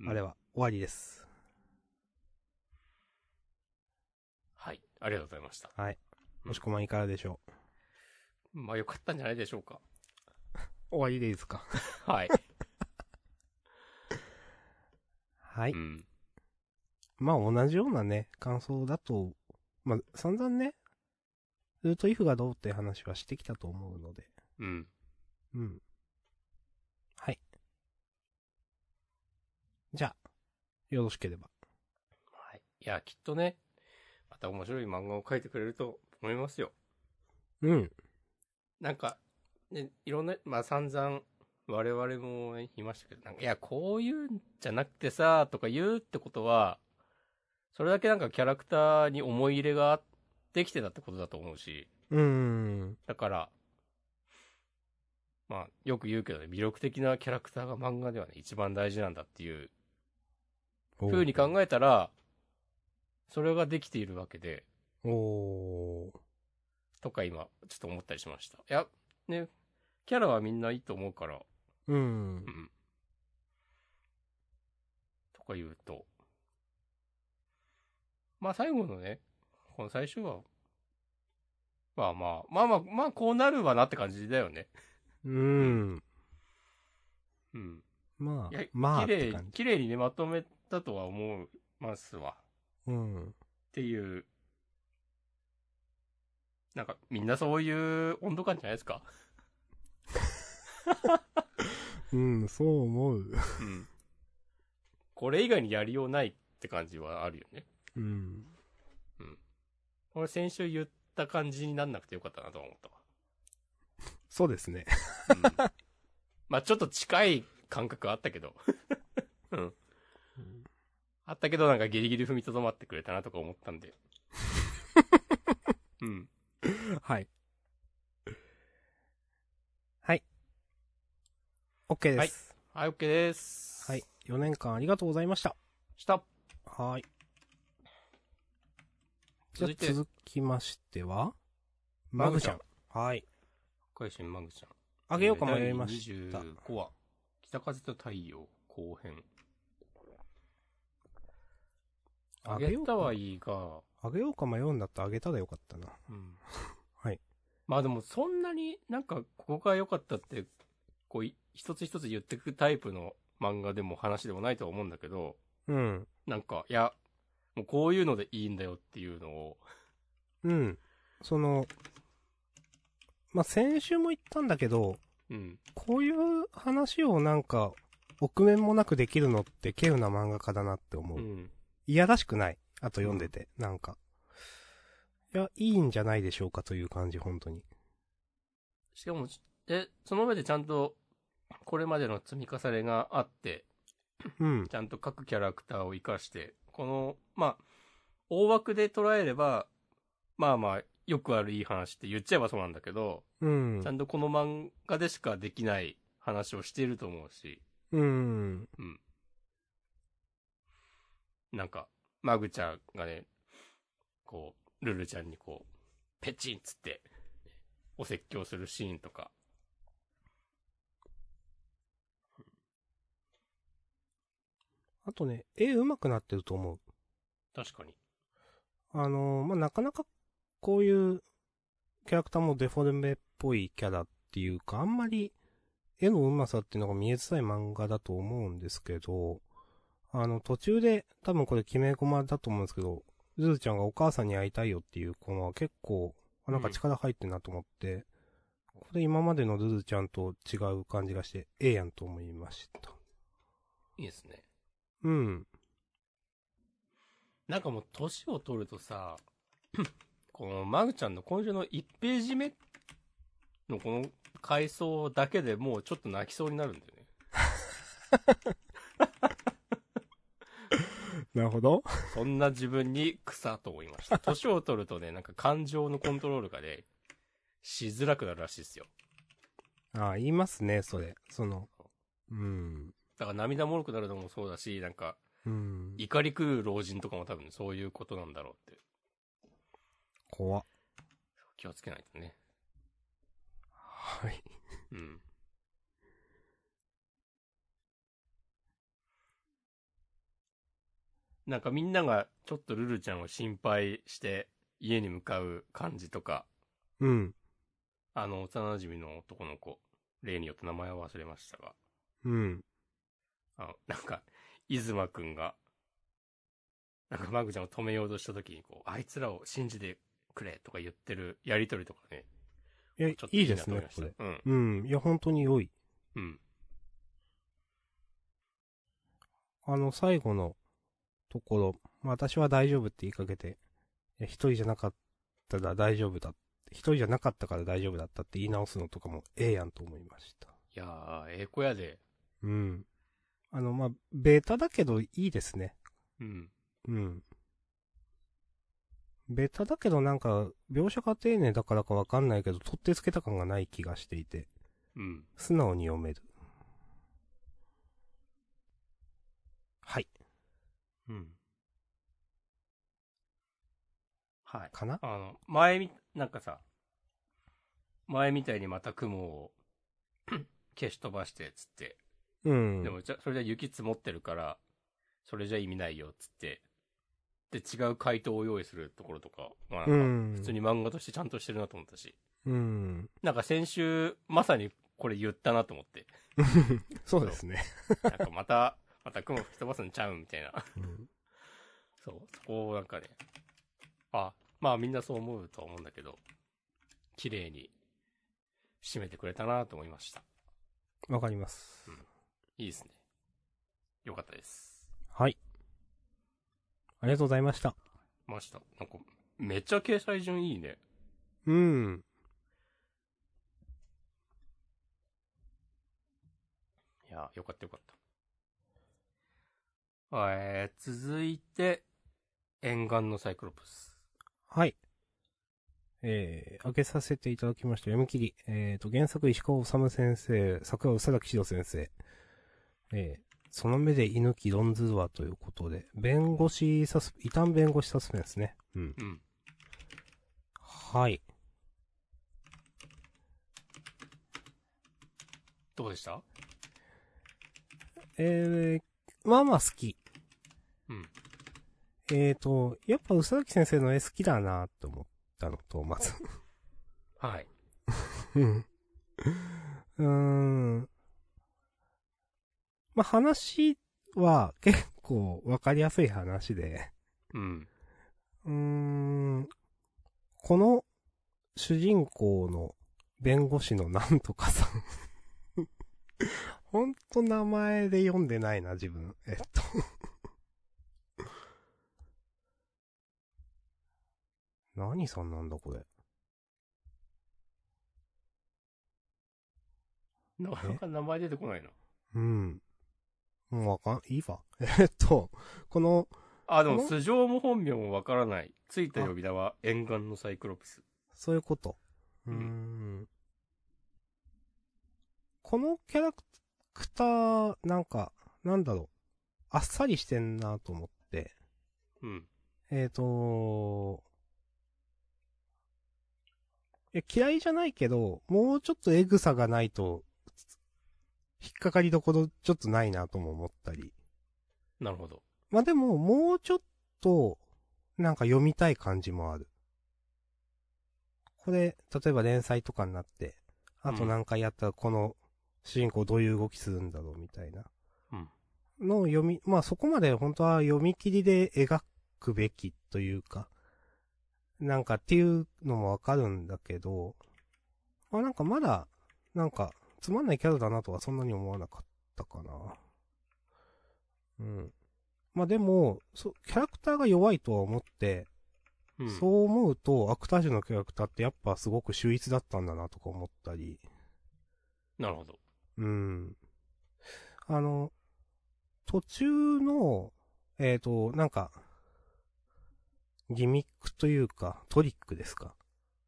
Speaker 2: あれ
Speaker 1: は。
Speaker 2: は終わりです。
Speaker 1: はい。ありがとうございました。
Speaker 2: はい。
Speaker 1: うん
Speaker 2: もしこまんいかがでしょう
Speaker 1: まあよかったんじゃないでしょうか。
Speaker 2: 終わりでいいですか
Speaker 1: はい。
Speaker 2: はい。
Speaker 1: うん。
Speaker 2: まあ同じようなね、感想だと、まあ散々ね、ルートイフがどうって話はしてきたと思うので、
Speaker 1: うん。
Speaker 2: うん。はい。じゃあ、よろしければ。
Speaker 1: はい。いや、きっとね、また面白い漫画を描いてくれると思いますよ。
Speaker 2: うん。
Speaker 1: なんか、ね、いろんな、まあ散々、我々もね言いましたけど、なんか、いや、こういうんじゃなくてさ、とか言うってことは、それだけなんかキャラクターに思い入れができてたってことだと思うし、
Speaker 2: うーん。
Speaker 1: だから、まあ、よく言うけどね、魅力的なキャラクターが漫画ではね、一番大事なんだっていう
Speaker 2: ふ
Speaker 1: 風に考えたら、それができているわけで、
Speaker 2: え。おー。
Speaker 1: とか今、ちょっと思ったりしました。いや、ね、キャラはみんないいと思うから、
Speaker 2: うん
Speaker 1: う。ん。とか言うと、まあ最後のね、この最終話、まあまあ、まあまあ、まあこうなるわなって感じだよね。
Speaker 2: うん。
Speaker 1: うん。
Speaker 2: ま
Speaker 1: い
Speaker 2: あ
Speaker 1: や、、
Speaker 2: まあ
Speaker 1: 綺
Speaker 2: って
Speaker 1: 麗
Speaker 2: 感、じ。
Speaker 1: 綺麗にね、まとめたとは思いますわ。
Speaker 2: うん。
Speaker 1: っていう、なんか、みんなそういう温度感じゃないですか。
Speaker 2: うん、そう思
Speaker 1: う
Speaker 2: う。
Speaker 1: ん。これ以外にやりようないって感じはあるよね。
Speaker 2: うん。
Speaker 1: 俺先週言った感じになんなくてよかったなとは思ったわ。
Speaker 2: そうですね。
Speaker 1: うんまあちょっと近い感覚はあったけど。うん。あったけどなんかギリギリ踏みとどまってくれたなとか思ったん で。うん。
Speaker 2: はい。はい。
Speaker 1: は
Speaker 2: OK で
Speaker 1: い
Speaker 2: す。
Speaker 1: はい、OK です。
Speaker 2: はい。。4年間ありがとうございました。
Speaker 1: した。
Speaker 2: はい。じゃ
Speaker 1: 続
Speaker 2: あ
Speaker 1: いて、
Speaker 2: 続きましては
Speaker 1: マ
Speaker 2: マ
Speaker 1: グ
Speaker 2: グ
Speaker 1: ち
Speaker 2: ち
Speaker 1: ゃ
Speaker 2: ゃ
Speaker 1: ん
Speaker 2: ん。はい。
Speaker 1: 海神マグちゃん。
Speaker 2: あげようか迷いました
Speaker 1: 第。25話、北風と太陽後編。あげたはいいが、
Speaker 2: あげようか迷うんだったらあげたらよかったな。
Speaker 1: うん。
Speaker 2: はい。
Speaker 1: まあでもそんなになんかここが良かったって、こうい一つ一つ言ってくタイプの漫画でも話でもないとは思うんだけど、
Speaker 2: うん。
Speaker 1: なんか、いや、もうこういうのでいいんだよっていうのを、
Speaker 2: うん。その、まあ、先週も言ったんだけど、
Speaker 1: うん。
Speaker 2: こういう話をなんか、臆面もなくできるのって、稀有な漫画家だなって思う。
Speaker 1: うん。
Speaker 2: いやらしくない。あと読んでて、なんか。いや、いいんじゃないでしょうかという感じ、本当に。
Speaker 1: しかも、え、その上でちゃんと、これまでの積み重ねがあって、
Speaker 2: うん。
Speaker 1: ちゃんと各キャラクターを生かして、この、まあ、大枠で捉えれば、まあまあ、よくあるいい話って言っちゃえばそうなんだけど、
Speaker 2: うん
Speaker 1: ちゃ。んとこの漫画でしかできない話をしていると思うし、
Speaker 2: うん。
Speaker 1: なんか、マグちゃんがね、こう、ルルちゃんにこう、ペチンっつって、お説教するシーンとか。
Speaker 2: あとね、絵上手くなってると思う。
Speaker 1: 確かに。
Speaker 2: あのーまあ、なかなか、こういう、キャラクターもデフォルメっぽいキャラっていうか、あんまり、絵の上手さっていうのが見えづらい漫画だと思うんですけど、あの、途中で、多分これ決め駒だと思うんですけど、ズルちゃんがお母さんに会いたいよっていう子は結構、あなんか力入ってんなと思って、これ今までのズルちゃんと違う感じがして、ええやんと思いました。
Speaker 1: いいですね。
Speaker 2: うん。
Speaker 1: なんかもう、年を取るとさ、 このマグちゃんの今週の1ページ目のこの回想だけでもうちょっと泣きそうになるんだよね。
Speaker 2: なるほど。
Speaker 1: そんな自分に草と思いました。年を取るとね、なんか感情のコントロールがね、しづらくなるらしいですよ。
Speaker 2: ああ、言いますね、それ。その、うん。
Speaker 1: だから涙もろくなるのもそうだし、なんか、
Speaker 2: うん。
Speaker 1: 怒り狂う老人とかも多分そういうことなんだろうって。
Speaker 2: 怖っ
Speaker 1: 気をつけないとね。
Speaker 2: はい。
Speaker 1: うん。なんかみんながちょっとルルちゃんを心配して家に向かう感じとか、
Speaker 2: うん。
Speaker 1: あの幼馴染の男の子、例によって名前は忘れましたが、
Speaker 2: うん。
Speaker 1: あの、なんか、イズマくんが、なんかマグちゃんを止めようとした時にこう、あいつらを信じてくれとか言ってるやりとりとかね、
Speaker 2: いや、い
Speaker 1: ちょっと
Speaker 2: い
Speaker 1: な
Speaker 2: です
Speaker 1: と思
Speaker 2: ね
Speaker 1: ま、し
Speaker 2: こ
Speaker 1: た
Speaker 2: れ。
Speaker 1: うん。
Speaker 2: うん。いや、本当に良い。
Speaker 1: うん。
Speaker 2: あの、最後のところ、まあ私は大丈夫って言いかけて、いや、一人じゃなかったら大丈夫だ。一人じゃなかったから大丈夫だったって言い直すのとかもええやんと思いました。
Speaker 1: いやー、ええ子やで。
Speaker 2: うん。あの、まあ、ベータだけどいいですね。
Speaker 1: うん。
Speaker 2: うん。ベタだけどなんか、描写が丁寧だからかわかんないけど、取ってつけた感がない気がしていて、
Speaker 1: うん。
Speaker 2: 素直に読める。はい。
Speaker 1: うん。はい。
Speaker 2: かな
Speaker 1: あの、前み、なんかさ、前みたいにまた雲を 消し飛ばして、つって。
Speaker 2: うん。
Speaker 1: でも、じゃ、それじゃ雪積もってるから、それじゃ意味ないよ、つって。で、違う回答を用意するところとか、まあ
Speaker 2: う
Speaker 1: なんか、
Speaker 2: ん。
Speaker 1: 普通に漫画としてちゃんとしてるなと思ったし。
Speaker 2: うん。
Speaker 1: なんか先週、まさにこれ言ったなと思って。
Speaker 2: そうですね。
Speaker 1: なんかまた、 また雲吹き飛ばすんちゃうみたいな。
Speaker 2: うん
Speaker 1: そう、そこをなんかね、あ、まあみんなそう思うとは思うんだけど、綺麗に締めてくれたなと思いました。
Speaker 2: わかります。
Speaker 1: いいですね。よかったです。
Speaker 2: はい。ありがとうございました。
Speaker 1: ました。なんか、めっちゃ掲載順いいね。
Speaker 2: うん。
Speaker 1: あ、よかったよかった。はいえー、続いて、沿岸のサイクロプス。
Speaker 2: はい。えー、開けさせていただきました。読み切り。えーと、原作石川治先生、作画宇佐崎史郎先生。えー、その目で犬木ロンズはということで、弁護士サス、異端弁護士サスペンスね。うん。
Speaker 1: うん。
Speaker 2: はい。
Speaker 1: どうでした
Speaker 2: えー、まあまあ好き。
Speaker 1: うん。
Speaker 2: えーと、やっぱ宇佐崎先生の絵好きだなと思ったのと、まず。
Speaker 1: はい。
Speaker 2: うんうーん。まあ、話は結構わかりやすい話で、
Speaker 1: うん。
Speaker 2: うーん。この主人公の弁護士のなんとかさん。 ほんと名前で読んでないな、自分。えっと。 何さんなんだ、これ。
Speaker 1: なかなか名前出てこないな。
Speaker 2: うん。もうわかん、いいわ。えっと、この、
Speaker 1: あ、でも、
Speaker 2: この
Speaker 1: 素性も本名もわからない。ついた呼び名は沿岸のサイクロプス。
Speaker 2: そういうこと。う
Speaker 1: う
Speaker 2: ー
Speaker 1: ん
Speaker 2: ん。このキャラクター、なんか、なんだろう。あっさりしてんなと思って。
Speaker 1: うん。
Speaker 2: えっ、ー、といや、嫌いじゃないけど、もうちょっとエグさがないと、引っかかりどころちょっとないなとも思ったり。
Speaker 1: なるほど。
Speaker 2: まあ、でも、もうちょっと、なんか読みたい感じもある。これ、例えば連載とかになって、あと何回やったらこの主人公どういう動きするんだろうみたいな。
Speaker 1: うん
Speaker 2: のを読み、まあそこまで本当は読み切りで描くべきというか、なんかっていうのもわかるんだけど、あ、なんかまだ、なんかつまんないキャラだなとはそんなに思わなかったかな。うん。まあでも、そキャラクターが弱いとは思って、
Speaker 1: うん。
Speaker 2: そう思うと、アクタージュのキャラクターってやっぱすごく秀逸だったんだなとか思ったり、
Speaker 1: なるほど。
Speaker 2: うん。あの、途中の、えっ、と、なんか、ギミックというか、トリックですか。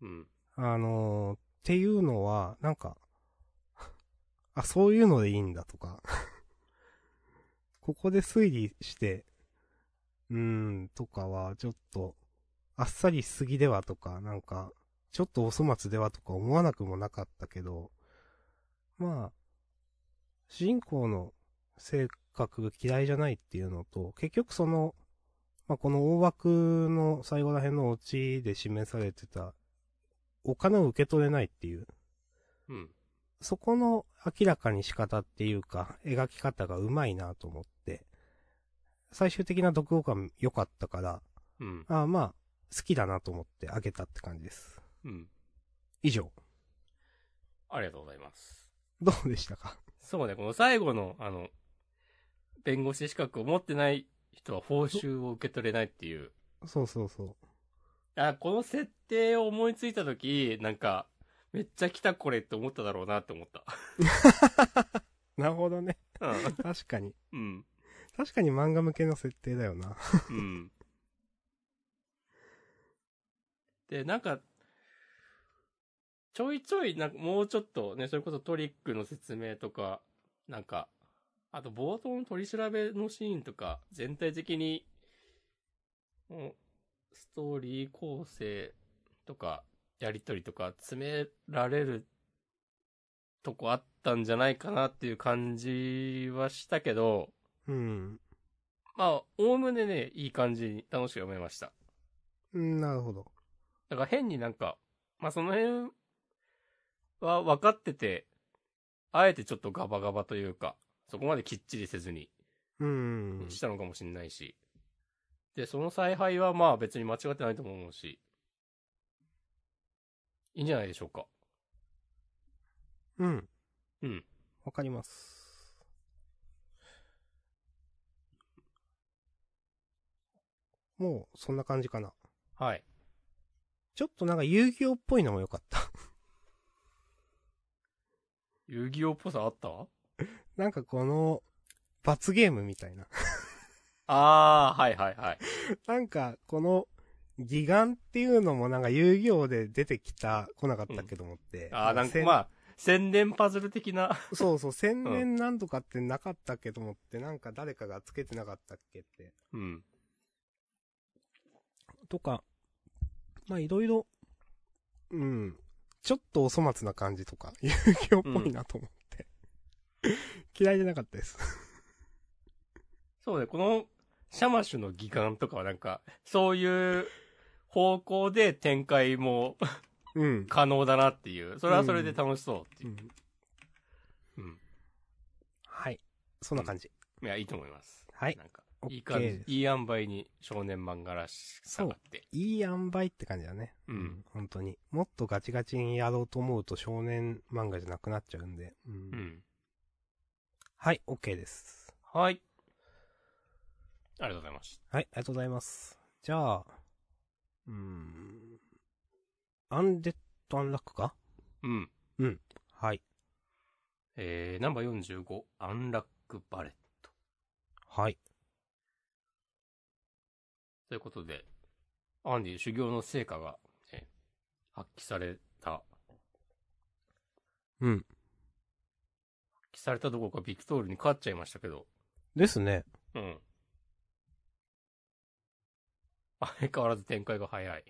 Speaker 1: うん。
Speaker 2: あのっていうのは、なんか、 あ、そういうのでいいんだとか、 ここで推理して、うーん、とかは、ちょっと、あっさりしすぎではとか、なんか、ちょっとお粗末ではとか思わなくもなかったけど、まあ、主人公の性格が嫌いじゃないっていうのと、結局その、まあ、この大枠の最後ら辺のオチで示されてた、お金を受け取れないっていう、
Speaker 1: うん。
Speaker 2: そこの明らかに仕方っていうか、描き方がうまいなと思って、最終的な読後感良かったから、
Speaker 1: うん。
Speaker 2: ああまあ、好きだなと思ってあげたって感じです。
Speaker 1: うん。
Speaker 2: 以上。
Speaker 1: ありがとうございます。
Speaker 2: どうでしたか
Speaker 1: そうね、この最後の、あの、弁護士資格を持ってない人は報酬を受け取れないっていう。
Speaker 2: そうそうそう。
Speaker 1: あ、この設定を思いついたとき、なんか、めっちゃ来たこれって思っただろうなって思った。
Speaker 2: なるほどね。
Speaker 1: うん
Speaker 2: 確かに。
Speaker 1: うん。
Speaker 2: 確かに漫画向けの設定だよな。
Speaker 1: うん。で、なんか、ちょいちょい、なんかもうちょっとね、それこそトリックの説明とか、なんか、あと冒頭の取り調べのシーンとか、全体的に、もうストーリー構成とか、やりとりとか、詰められるとこあったんじゃないかなっていう感じはしたけど、
Speaker 2: うん。
Speaker 1: まあ、おおむねね、いい感じに楽しく読めました。
Speaker 2: うんなるほど。
Speaker 1: だから変になんか、まあその辺は分かってて、あえてちょっとガバガバというか、そこまできっちりせずに
Speaker 2: うん。
Speaker 1: したのかもしれないし。で、その采配はまあ別に間違ってないと思うし、いいんじゃないでしょうか。
Speaker 2: うん。
Speaker 1: うん。
Speaker 2: わかります。もう、そんな感じかな。
Speaker 1: はい。
Speaker 2: ちょっとなんか遊戯王っぽいのも良かった。
Speaker 1: 遊戯王っぽさあった
Speaker 2: なんかこの、罰ゲームみたいな。
Speaker 1: ああ、はいはいはい。
Speaker 2: なんか、この、義眼っていうのもなんか遊戯王で出てきた、来なかったっけと思って。
Speaker 1: ああ、なんか
Speaker 2: せ
Speaker 1: まあ、宣伝パズル的な。
Speaker 2: そうそう、千年なんとかってなかったっけと思って、なんか誰かがつけてなかったっけって。
Speaker 1: うん。
Speaker 2: とか、まあいろいろ、うん、ちょっとお粗末な感じとか、遊戯王っぽいなと思って。嫌いじゃなかったです。
Speaker 1: そうね、この、シャマシュの義眼とかはなんか、そういう方向で展開も
Speaker 2: うん。
Speaker 1: 可能だなっていう。それはそれで楽しそうって
Speaker 2: う
Speaker 1: いう。
Speaker 2: ん
Speaker 1: うん。
Speaker 2: はい。そんな感じ。
Speaker 1: いや、いいと思います。
Speaker 2: はい
Speaker 1: なんか、
Speaker 2: OK
Speaker 1: いい感
Speaker 2: で
Speaker 1: じ
Speaker 2: す、
Speaker 1: いい塩梅に少年漫画らしさがあって。
Speaker 2: いい塩梅って感じだね。
Speaker 1: う。。
Speaker 2: うん本当に。もっとガチガチにやろうと思うと少年漫画じゃなくなっちゃうんで。うん
Speaker 1: うん。
Speaker 2: はい、OK です。
Speaker 1: はい。ありがとうございました。
Speaker 2: はい、ありがとうございます。じゃあ、うーん、アンデッドアンラックか
Speaker 1: うん。
Speaker 2: はい。
Speaker 1: えー、ナンバー45、アンラックバレット。
Speaker 2: はい。
Speaker 1: ということで、アンディ修行の成果が、ね、発揮された、
Speaker 2: うん。
Speaker 1: 発揮されたどころかビクトールに勝っちゃいましたけど、
Speaker 2: ですね。
Speaker 1: うん。相変わらず展開が早い。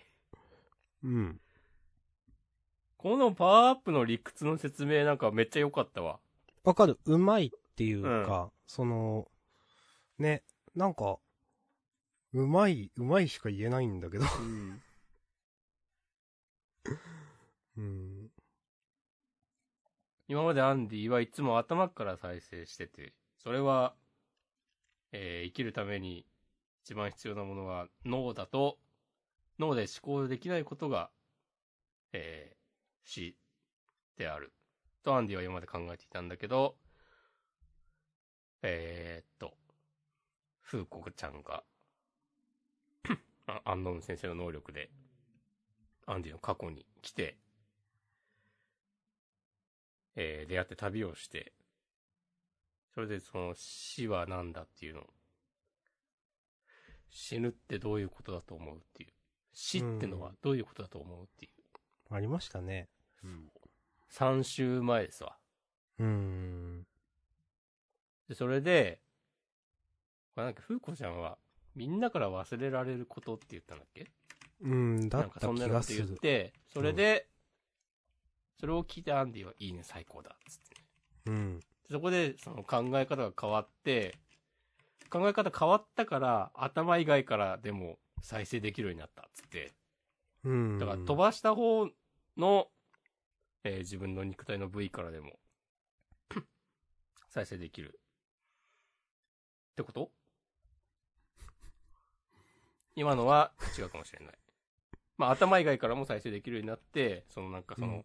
Speaker 2: うん。
Speaker 1: このパワーアップの理屈の説明なんかめっちゃ良かったわ。
Speaker 2: わかる。うまいっていうか、その、ね、なんか、うまい、うまいしか言えないんだ けど。
Speaker 1: うん。
Speaker 2: うん。
Speaker 1: 今までアンディはいつも頭から再生してて、それは、えー生きるために一番必要なものは脳だと、脳で思考できないことが、えー死である。とアンディは今まで考えていたんだけど、えーっと、風子ちゃんが、 あアンノーン先生の能力で、アンディの過去に来て、えー出会って旅をして、それでその死は何だっていうのを死ぬってどういうことだと思うっていう。死ってのはどういうことだと思うっていう。
Speaker 2: ありましたね。
Speaker 1: 3週前ですわ。
Speaker 2: うん。
Speaker 1: で、それで、これなんか、風子ちゃんは、みんなから忘れられることって言ったんだっけ
Speaker 2: うん、だ
Speaker 1: なん
Speaker 2: っ
Speaker 1: か
Speaker 2: た
Speaker 1: そんな
Speaker 2: 気
Speaker 1: こ
Speaker 2: が
Speaker 1: と
Speaker 2: す
Speaker 1: 言っ
Speaker 2: る。
Speaker 1: て、それで、それを聞いてアンディは、いいね、最高だ、つってね。
Speaker 2: うん。
Speaker 1: そこで、その考え方が変わって、考え方変わったから、頭以外からでも再生できるようになった、つって。
Speaker 2: うん。
Speaker 1: だから飛ばした方の、えー自分の肉体の部位からで も、再生できる。ってこと今のは違うかもしれない。まあ頭以外からも再生できるようになって、そのなんかその、
Speaker 2: うん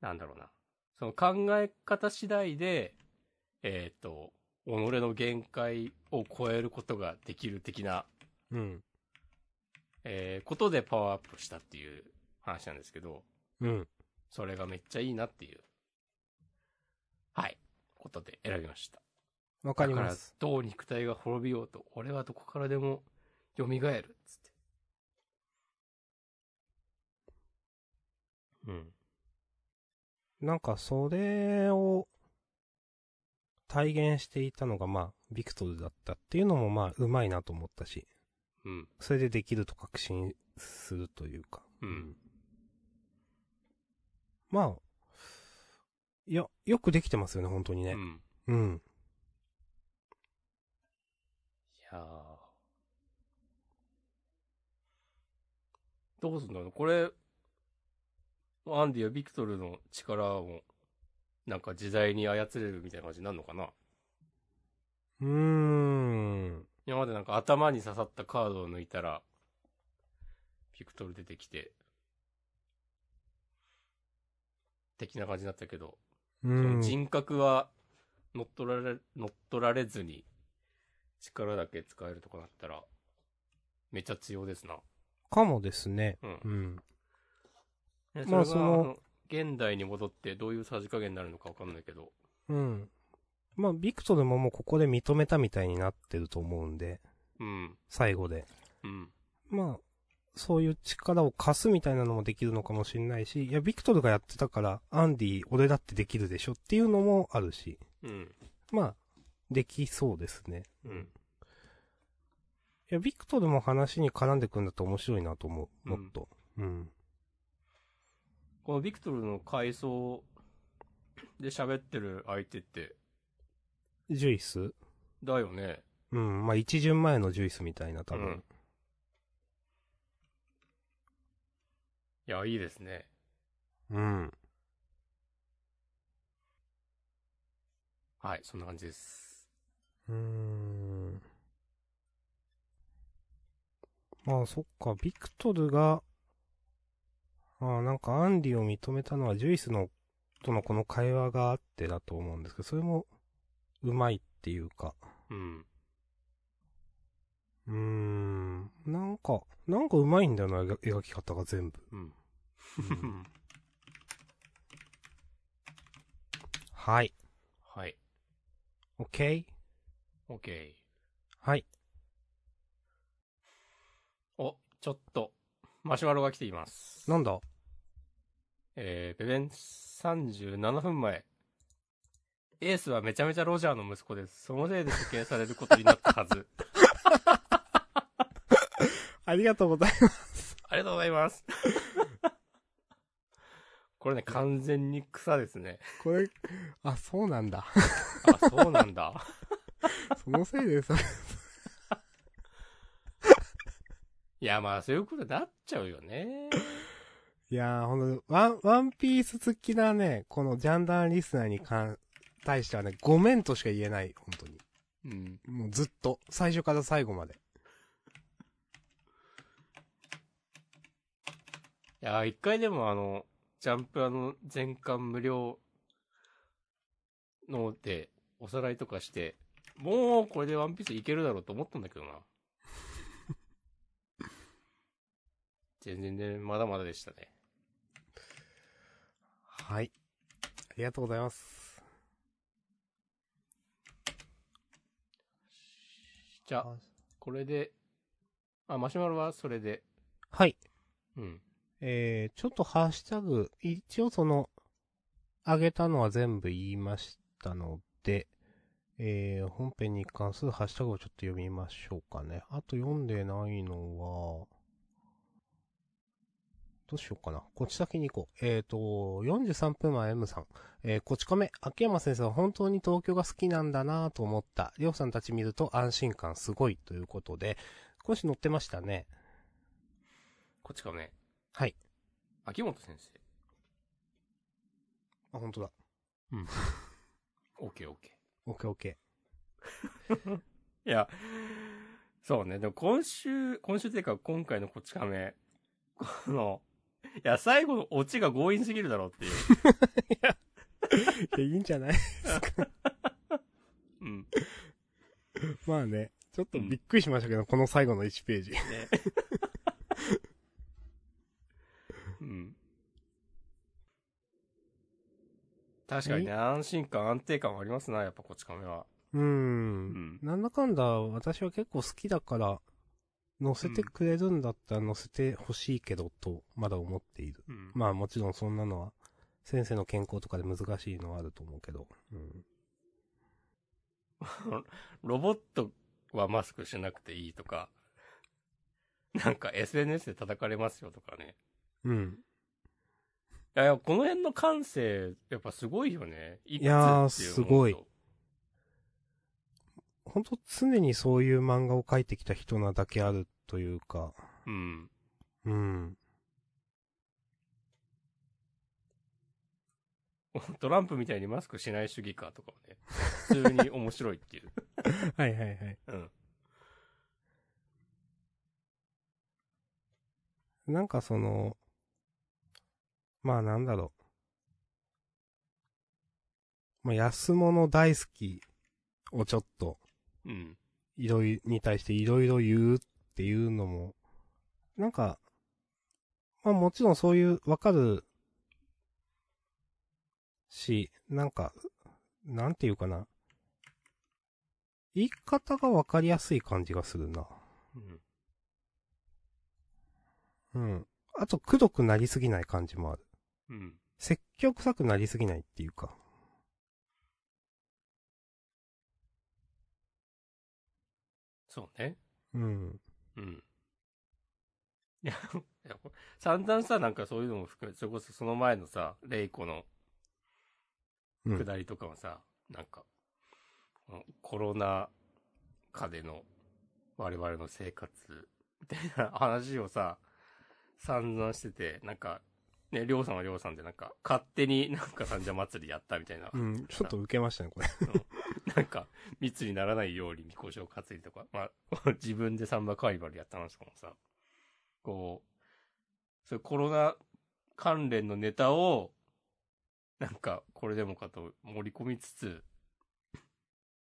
Speaker 1: なんだろうな。その考え方次第で、えっ、と、己の限界を超えることができる的な
Speaker 2: うん。
Speaker 1: えーことでパワーアップしたっていう話なんですけど、
Speaker 2: うん。
Speaker 1: それがめっちゃいいなっていう、はい、ことで選びました。
Speaker 2: わかります。
Speaker 1: だから、どう肉体が滅びようと、俺はどこからでも蘇る、つって。うん。
Speaker 2: なんかそれを体現していたのがまあ、ビクトルだったっていうのもまあ、うまいなと思ったし、
Speaker 1: うん。
Speaker 2: それでできると確信するというか。
Speaker 1: うん。
Speaker 2: まあ、いや、よくできてますよね、本当に
Speaker 1: う
Speaker 2: ね。
Speaker 1: ん。
Speaker 2: うん。
Speaker 1: いやーどうすんだろうこれ、アンディはビクトルの力を、なんか自在に操れるみたいな感じになるのかな
Speaker 2: うーん。
Speaker 1: 今までなんか頭に刺さったカードを抜いたら、ビクトル出てきて、的な感じになったけど、
Speaker 2: う
Speaker 1: その
Speaker 2: ん。
Speaker 1: 人格は乗っ取られ、乗っ取られずに、力だけ使えるとかなったら、めちゃ強ですな。
Speaker 2: かもですね。
Speaker 1: うん
Speaker 2: うん。
Speaker 1: ね
Speaker 2: まあ
Speaker 1: れが
Speaker 2: その、
Speaker 1: 現代に戻ってどういうさじ加減になるのかわかんないけど。
Speaker 2: うん。まあ、ビクトでももうここで認めたみたいになってると思うんで、
Speaker 1: うん。
Speaker 2: 最後で。
Speaker 1: うん。
Speaker 2: まあ、そういう力を貸すみたいなのもできるのかもしんないし、いや、ビクトルがやってたから、アンディ、俺だってできるでしょっていうのもあるし、
Speaker 1: うん。
Speaker 2: まあ、できそうですね。
Speaker 1: うん。
Speaker 2: いや、ビクトルも話に絡んでくんだと面白いなと思う、
Speaker 1: う
Speaker 2: も
Speaker 1: ん
Speaker 2: っと。うん。
Speaker 1: このビクトルの回想で喋ってる相手って、
Speaker 2: ジュイス
Speaker 1: だよね。
Speaker 2: うん、まあ、一巡前のジュイスみたいな、多
Speaker 1: う
Speaker 2: 分
Speaker 1: ん。いや、いいですね。
Speaker 2: うん。
Speaker 1: はい、そんな感じです。
Speaker 2: うーん。まあ、そっか、ビクトルが、ああ、なんかアンディを認めたのはジュイスの、とのこの会話があってだと思うんですけど、それも、うまいっていうか。
Speaker 1: うん。
Speaker 2: うーん。なんか、なんかうまいんだよな、描描き方が全部。
Speaker 1: うん。
Speaker 2: はい。
Speaker 1: はい。
Speaker 2: OK?
Speaker 1: OK。
Speaker 2: はい。
Speaker 1: お、ちょっと、マシュマロが来ています。
Speaker 2: なんだ
Speaker 1: えー、ベベン37分前。エースはめちゃめちゃロジャーの息子です。そのせいで処刑されることになったは ず。
Speaker 2: ありがとうございます。
Speaker 1: ありがとうござい ます。これね、完全に草ですね。
Speaker 2: これ、あ、そうなんだ。
Speaker 1: あ、そうなんだ。
Speaker 2: そのせいでさ、
Speaker 1: いや、まあ、そういうことになっちゃうよね。
Speaker 2: いやー、ほんと、ワン、ワンピース好きなね、このジャンダンリスナーに関、対してはね、ごめんとしか言えない、本当に。
Speaker 1: うん。
Speaker 2: もうずっと、最初から最後まで。
Speaker 1: いや、一回でもあの、ジャンプあの、全巻無料ので、おさらいとかして、もうこれでワンピースいけるだろうと思ったんだけ どな。全然ね、まだまだでしたね。
Speaker 2: はい。ありがとうございます。
Speaker 1: じゃあ、これで、あ、マシュマロはそれで、
Speaker 2: はい。
Speaker 1: うん。
Speaker 2: えー、ちょっとハッシュタグ、一応その、あげたのは全部言いましたので、えー、本編に関するハッシュタグをちょっと読みましょうかね。あと読んでないのは、どうしようかな。こっち先に行こう。えーと、43分前 M さん。えー、こち亀、秋山先生は本当に東京が好きなんだなぁと思った。りょうさんたち見ると安心感すごいということで、少し載ってましたね。
Speaker 1: こっちかもね。
Speaker 2: はい。
Speaker 1: 秋元先生。
Speaker 2: あ、本当だ。
Speaker 1: オッケーオッケー。
Speaker 2: オッケーオッケー。
Speaker 1: いや、そうね。でも今週、今週っていうか今回のこち亀、この、いや、最後のオチが強引すぎるだろうっていう。
Speaker 2: いや、いいんじゃない
Speaker 1: うん。
Speaker 2: まあね。ちょっとびっくりしましたけど、この最後の1ページ。
Speaker 1: ね。 うん。確かにね、安心感、安定感はありますな、やっぱこち亀は。
Speaker 2: うー。
Speaker 1: うんん。
Speaker 2: なんだかんだ、私は結構好きだから、載せてくれるんだったら載せてほしいけど、と、まだ思っている。
Speaker 1: うん。
Speaker 2: まあもちろんそんなのは、先生の健康とかで難しいのはあると思うけど。うん。
Speaker 1: ロボットはマスクしなくていいとか、なんか SNS で叩かれますよとかね。
Speaker 2: うん。
Speaker 1: いやいや、この辺の感性、やっぱすごいよね。い
Speaker 2: いやー
Speaker 1: くつってう
Speaker 2: すごい
Speaker 1: 本
Speaker 2: 本当常にそういう漫画を描いてきた人なだけあるというか、
Speaker 1: 当うん。
Speaker 2: うん。
Speaker 1: トランプみたいにマスクしない主義かとかはね、普通に面白いって いう。
Speaker 2: はいはいはい。
Speaker 1: うん。
Speaker 2: なんかその、まあなんだろう。まあ安物大好きをちょっと、
Speaker 1: うん。
Speaker 2: いろいろ、に対していろいろ言うっていうのも、なんか、まあもちろんそういうわかるし、なんか、なんていうかな。言い方がわかりやすい感じがするな。
Speaker 1: うん。
Speaker 2: うん。あと、くどくなりすぎない感じもある。
Speaker 1: うん。
Speaker 2: 説教臭くなりすぎないっていうか。
Speaker 1: そうね。
Speaker 2: うん。
Speaker 1: うん。いや、いや散々さ、なんかそういうのも含め、それこそその前のさ、レイコの
Speaker 2: うん
Speaker 1: 下りとかもさ、なんか、このコロナ禍での我々の生活みたいな話をさ、散々してて、なんか、ね、りょうさんはりょうさんで、なんか、勝手になんか三社祭りやったみたいな。
Speaker 2: うん。ちょっと受けましたね、これ。
Speaker 1: なんか、密にならないようにみこしを担いとか、まあ、自分でサンバカーニバルやった話とかもさ、こう、そういうコロナ関連のネタを、なんか、これでもかと盛り込みつつ、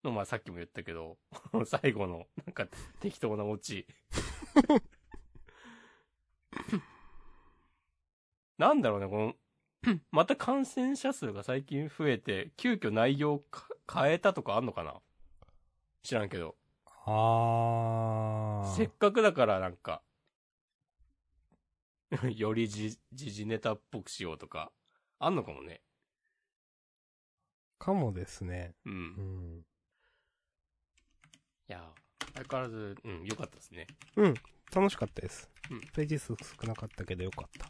Speaker 1: の、まあさっきも言ったけど、 この最後の、なんか、適当なオチ。なんだろうね、この、 また感染者数が最近増えて、急遽内容か変えたとかあんのかな知らんけど。
Speaker 2: あ
Speaker 1: せっかくだからなんか、 よりじ、時事ネタっぽくしようとか、あんのかもね。
Speaker 2: かもですね。
Speaker 1: うん。
Speaker 2: う
Speaker 1: い
Speaker 2: ん。
Speaker 1: や、相変わらず、うん、良かったですね。
Speaker 2: うん。楽しかったです。
Speaker 1: うん
Speaker 2: ページ数少なかったけどよかった。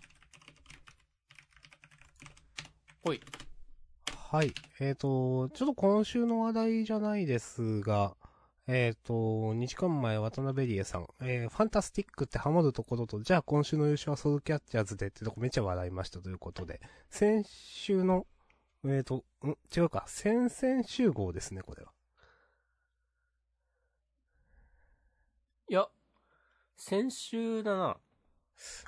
Speaker 1: ほい。
Speaker 2: はい。えっ、と、ちょっと今週の話題じゃないですが、えっ、と、2時間前渡辺理恵さん、えーファンタスティックってハモるところと、じゃあ今週の優勝はソウルキャッチャーズでってとこめっちゃ笑いましたということで、先週の、えっ、と、ん違うか、先々週号ですね、これは。
Speaker 1: いや、先週だな。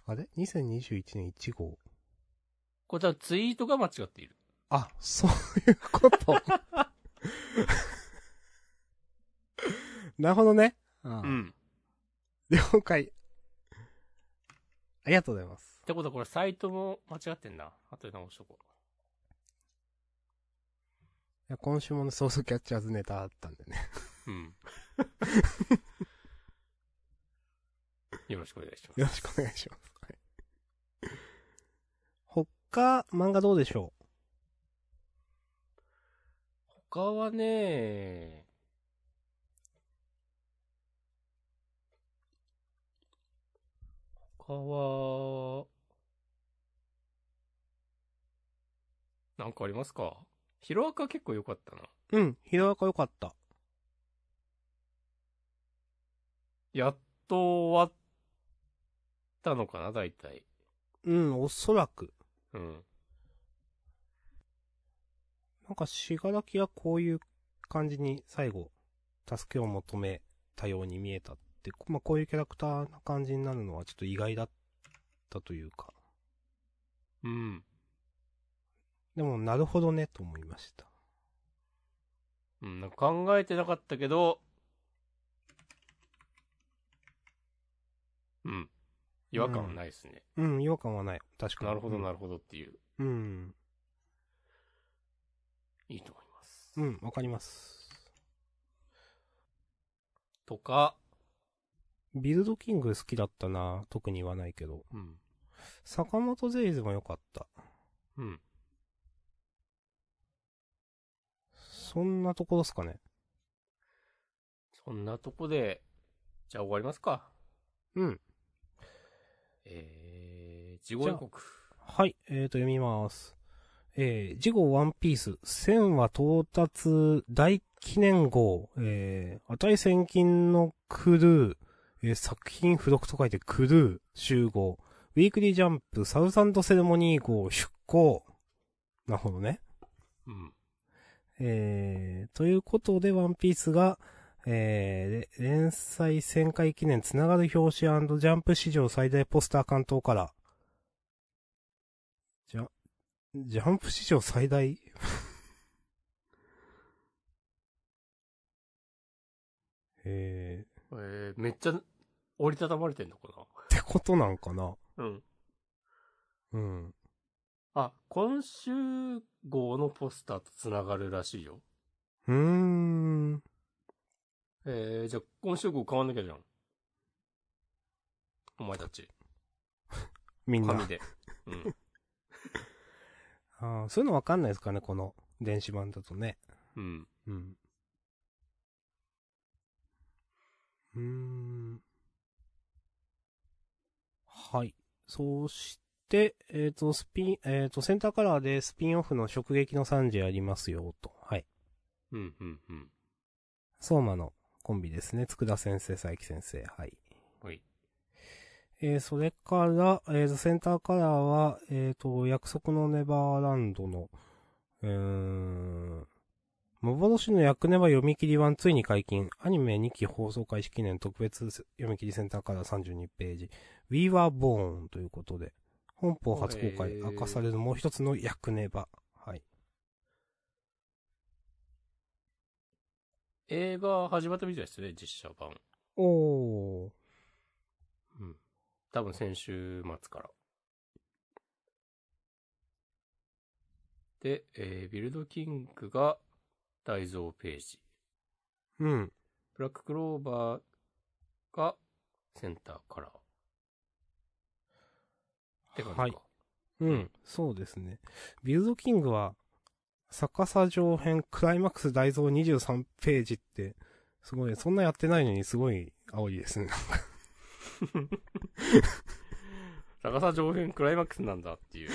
Speaker 2: あれ ?2021 年1号。
Speaker 1: これはツイートが間違っている。
Speaker 2: あ、そういうこと。なるほどね。う
Speaker 1: う。ん。
Speaker 2: 了解。ありがとうございます
Speaker 1: っ。てことはこれサイトも間違ってんな。後で直しとこう。
Speaker 2: いや今週もね、ソースキャッチャーズネタあったんでね。
Speaker 1: うん。 よろしくお願いします。
Speaker 2: よろしくお願いします。はい、他、漫画どうでしょ
Speaker 1: 他はね、他は、なんかありますかヒロアカ結構良かったな。
Speaker 2: ううん、ヒロアカ良かった。
Speaker 1: やっと終わったのかな、大体。
Speaker 2: うん、おそらく。
Speaker 1: うん。
Speaker 2: なんか、しがらきはこういう感じに最後、助けを求めたように見えたって、こまあ、こういうキャラクターな感じになるのはちょっと意外だったというか。
Speaker 1: うん。
Speaker 2: でも、なるほどね、と思いました。
Speaker 1: うん、なんか考えてなかったけど、うん。違和感はないですね。
Speaker 2: うん、違和感はない。確かに。
Speaker 1: なるほど、な
Speaker 2: る
Speaker 1: るほどっていう。
Speaker 2: ほど。うん。
Speaker 1: いいと思います。
Speaker 2: うん、わかります。
Speaker 1: とか、
Speaker 2: ビルドキング好きだったな、特に言わないけど。
Speaker 1: うん。
Speaker 2: 坂本ゼイズも良かった。
Speaker 1: うん。
Speaker 2: そんなところですかね。
Speaker 1: そんなとこで、じゃあ終わりますか。
Speaker 2: うん。
Speaker 1: えー、地獄予告。
Speaker 2: はい、えーと、読みます。えー、次号ワンピース、1000話到達大記念号、えー、値千金のクルー、えー作品付録と書いてクルー集合、ウィークリージャンプ、サウザンドセレモニー号出向。なるほどね。
Speaker 1: うん。
Speaker 2: えー、ということで、ワンピースが、えー、れ連載1000回記念つながる表紙ジャンプ史上最大ポスター関東から。じゃ、ジャンプ史上最大 えー、
Speaker 1: えー、めっちゃ折りたたまれてんのか
Speaker 2: ってことなんかな
Speaker 1: な。うん。
Speaker 2: うん。
Speaker 1: あ、今週号のポスターと繋がるらしいよ。
Speaker 2: うーん。
Speaker 1: えー、じゃあ今週号買わなきゃじゃん。お前たち。
Speaker 2: みんな。
Speaker 1: 紙で。うん。
Speaker 2: あーそういうのわかんないですかね、この電子版だとね。
Speaker 1: うん。
Speaker 2: うん。うーん。はい。そして、えっ、と、スピン、えっ、と、センターカラーでスピンオフの直撃の3時ありますよ、と。はい。
Speaker 1: うん、うん、うん。
Speaker 2: 相馬のコンビですね。佃先生、佐伯先生。はい。
Speaker 1: ほい。
Speaker 2: えーそれから、えーセンターカラーは、えっ、と、約束のネバーランドの、うーん、幻の役ネバ読み切り版ついに解禁。アニメ2期放送開始記念特別読み切りセンターカラー32ページ。We were born ということで、本邦初公開、
Speaker 1: へー
Speaker 2: 明かされるもう一つの役ネバ。はい。
Speaker 1: 映画始まったみたいですね、実写版。
Speaker 2: おー。
Speaker 1: うん。多分先週末から。で、えービルドキングが大蔵ページ。
Speaker 2: うん。
Speaker 1: ブラッククローバーがセンターカラー。って感じか。
Speaker 2: はいうん、そうですね。ビルドキングは、逆さ上編クライマックス大蔵23ページって、すごい、そんなやってないのにすごい煽りですね。
Speaker 1: 高さ上辺クライマックスなんだっていう。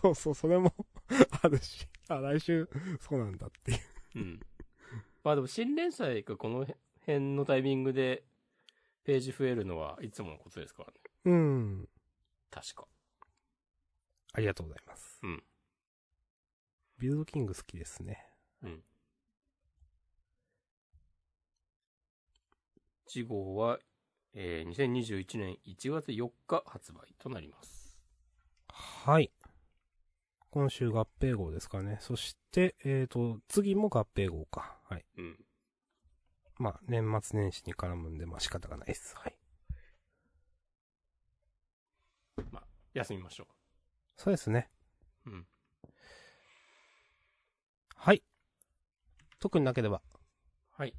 Speaker 2: そうそう、それも あるし、あ、来週、そうなんだっていう。
Speaker 1: うん。 まあでも新連載がこの辺のタイミングでページ増えるのはいつものことですからね。
Speaker 2: うん。
Speaker 1: 確か。
Speaker 2: ありがとうございます。
Speaker 1: うん。
Speaker 2: ビルドキング好きですね。
Speaker 1: 1号は、えー2021年1月4日発売となります。
Speaker 2: はい。今週合併号ですかね。そして、えっ、と、次も合併号か。はい。
Speaker 1: うん。
Speaker 2: まあ、年末年始に絡むんで、まあ仕方がないです。はい。
Speaker 1: 休みましょ
Speaker 2: そうですね。
Speaker 1: う。うん。
Speaker 2: はい。特になければ。
Speaker 1: はい。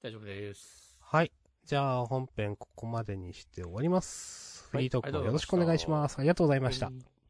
Speaker 1: 大丈夫です。
Speaker 2: はい。じゃあ本編ここまでにして終わります。フ
Speaker 1: はい
Speaker 2: リートーク
Speaker 1: ありがとう
Speaker 2: も
Speaker 1: ござい
Speaker 2: よろ
Speaker 1: ま
Speaker 2: し
Speaker 1: した
Speaker 2: くお願いします。ありがとうございました。
Speaker 1: はい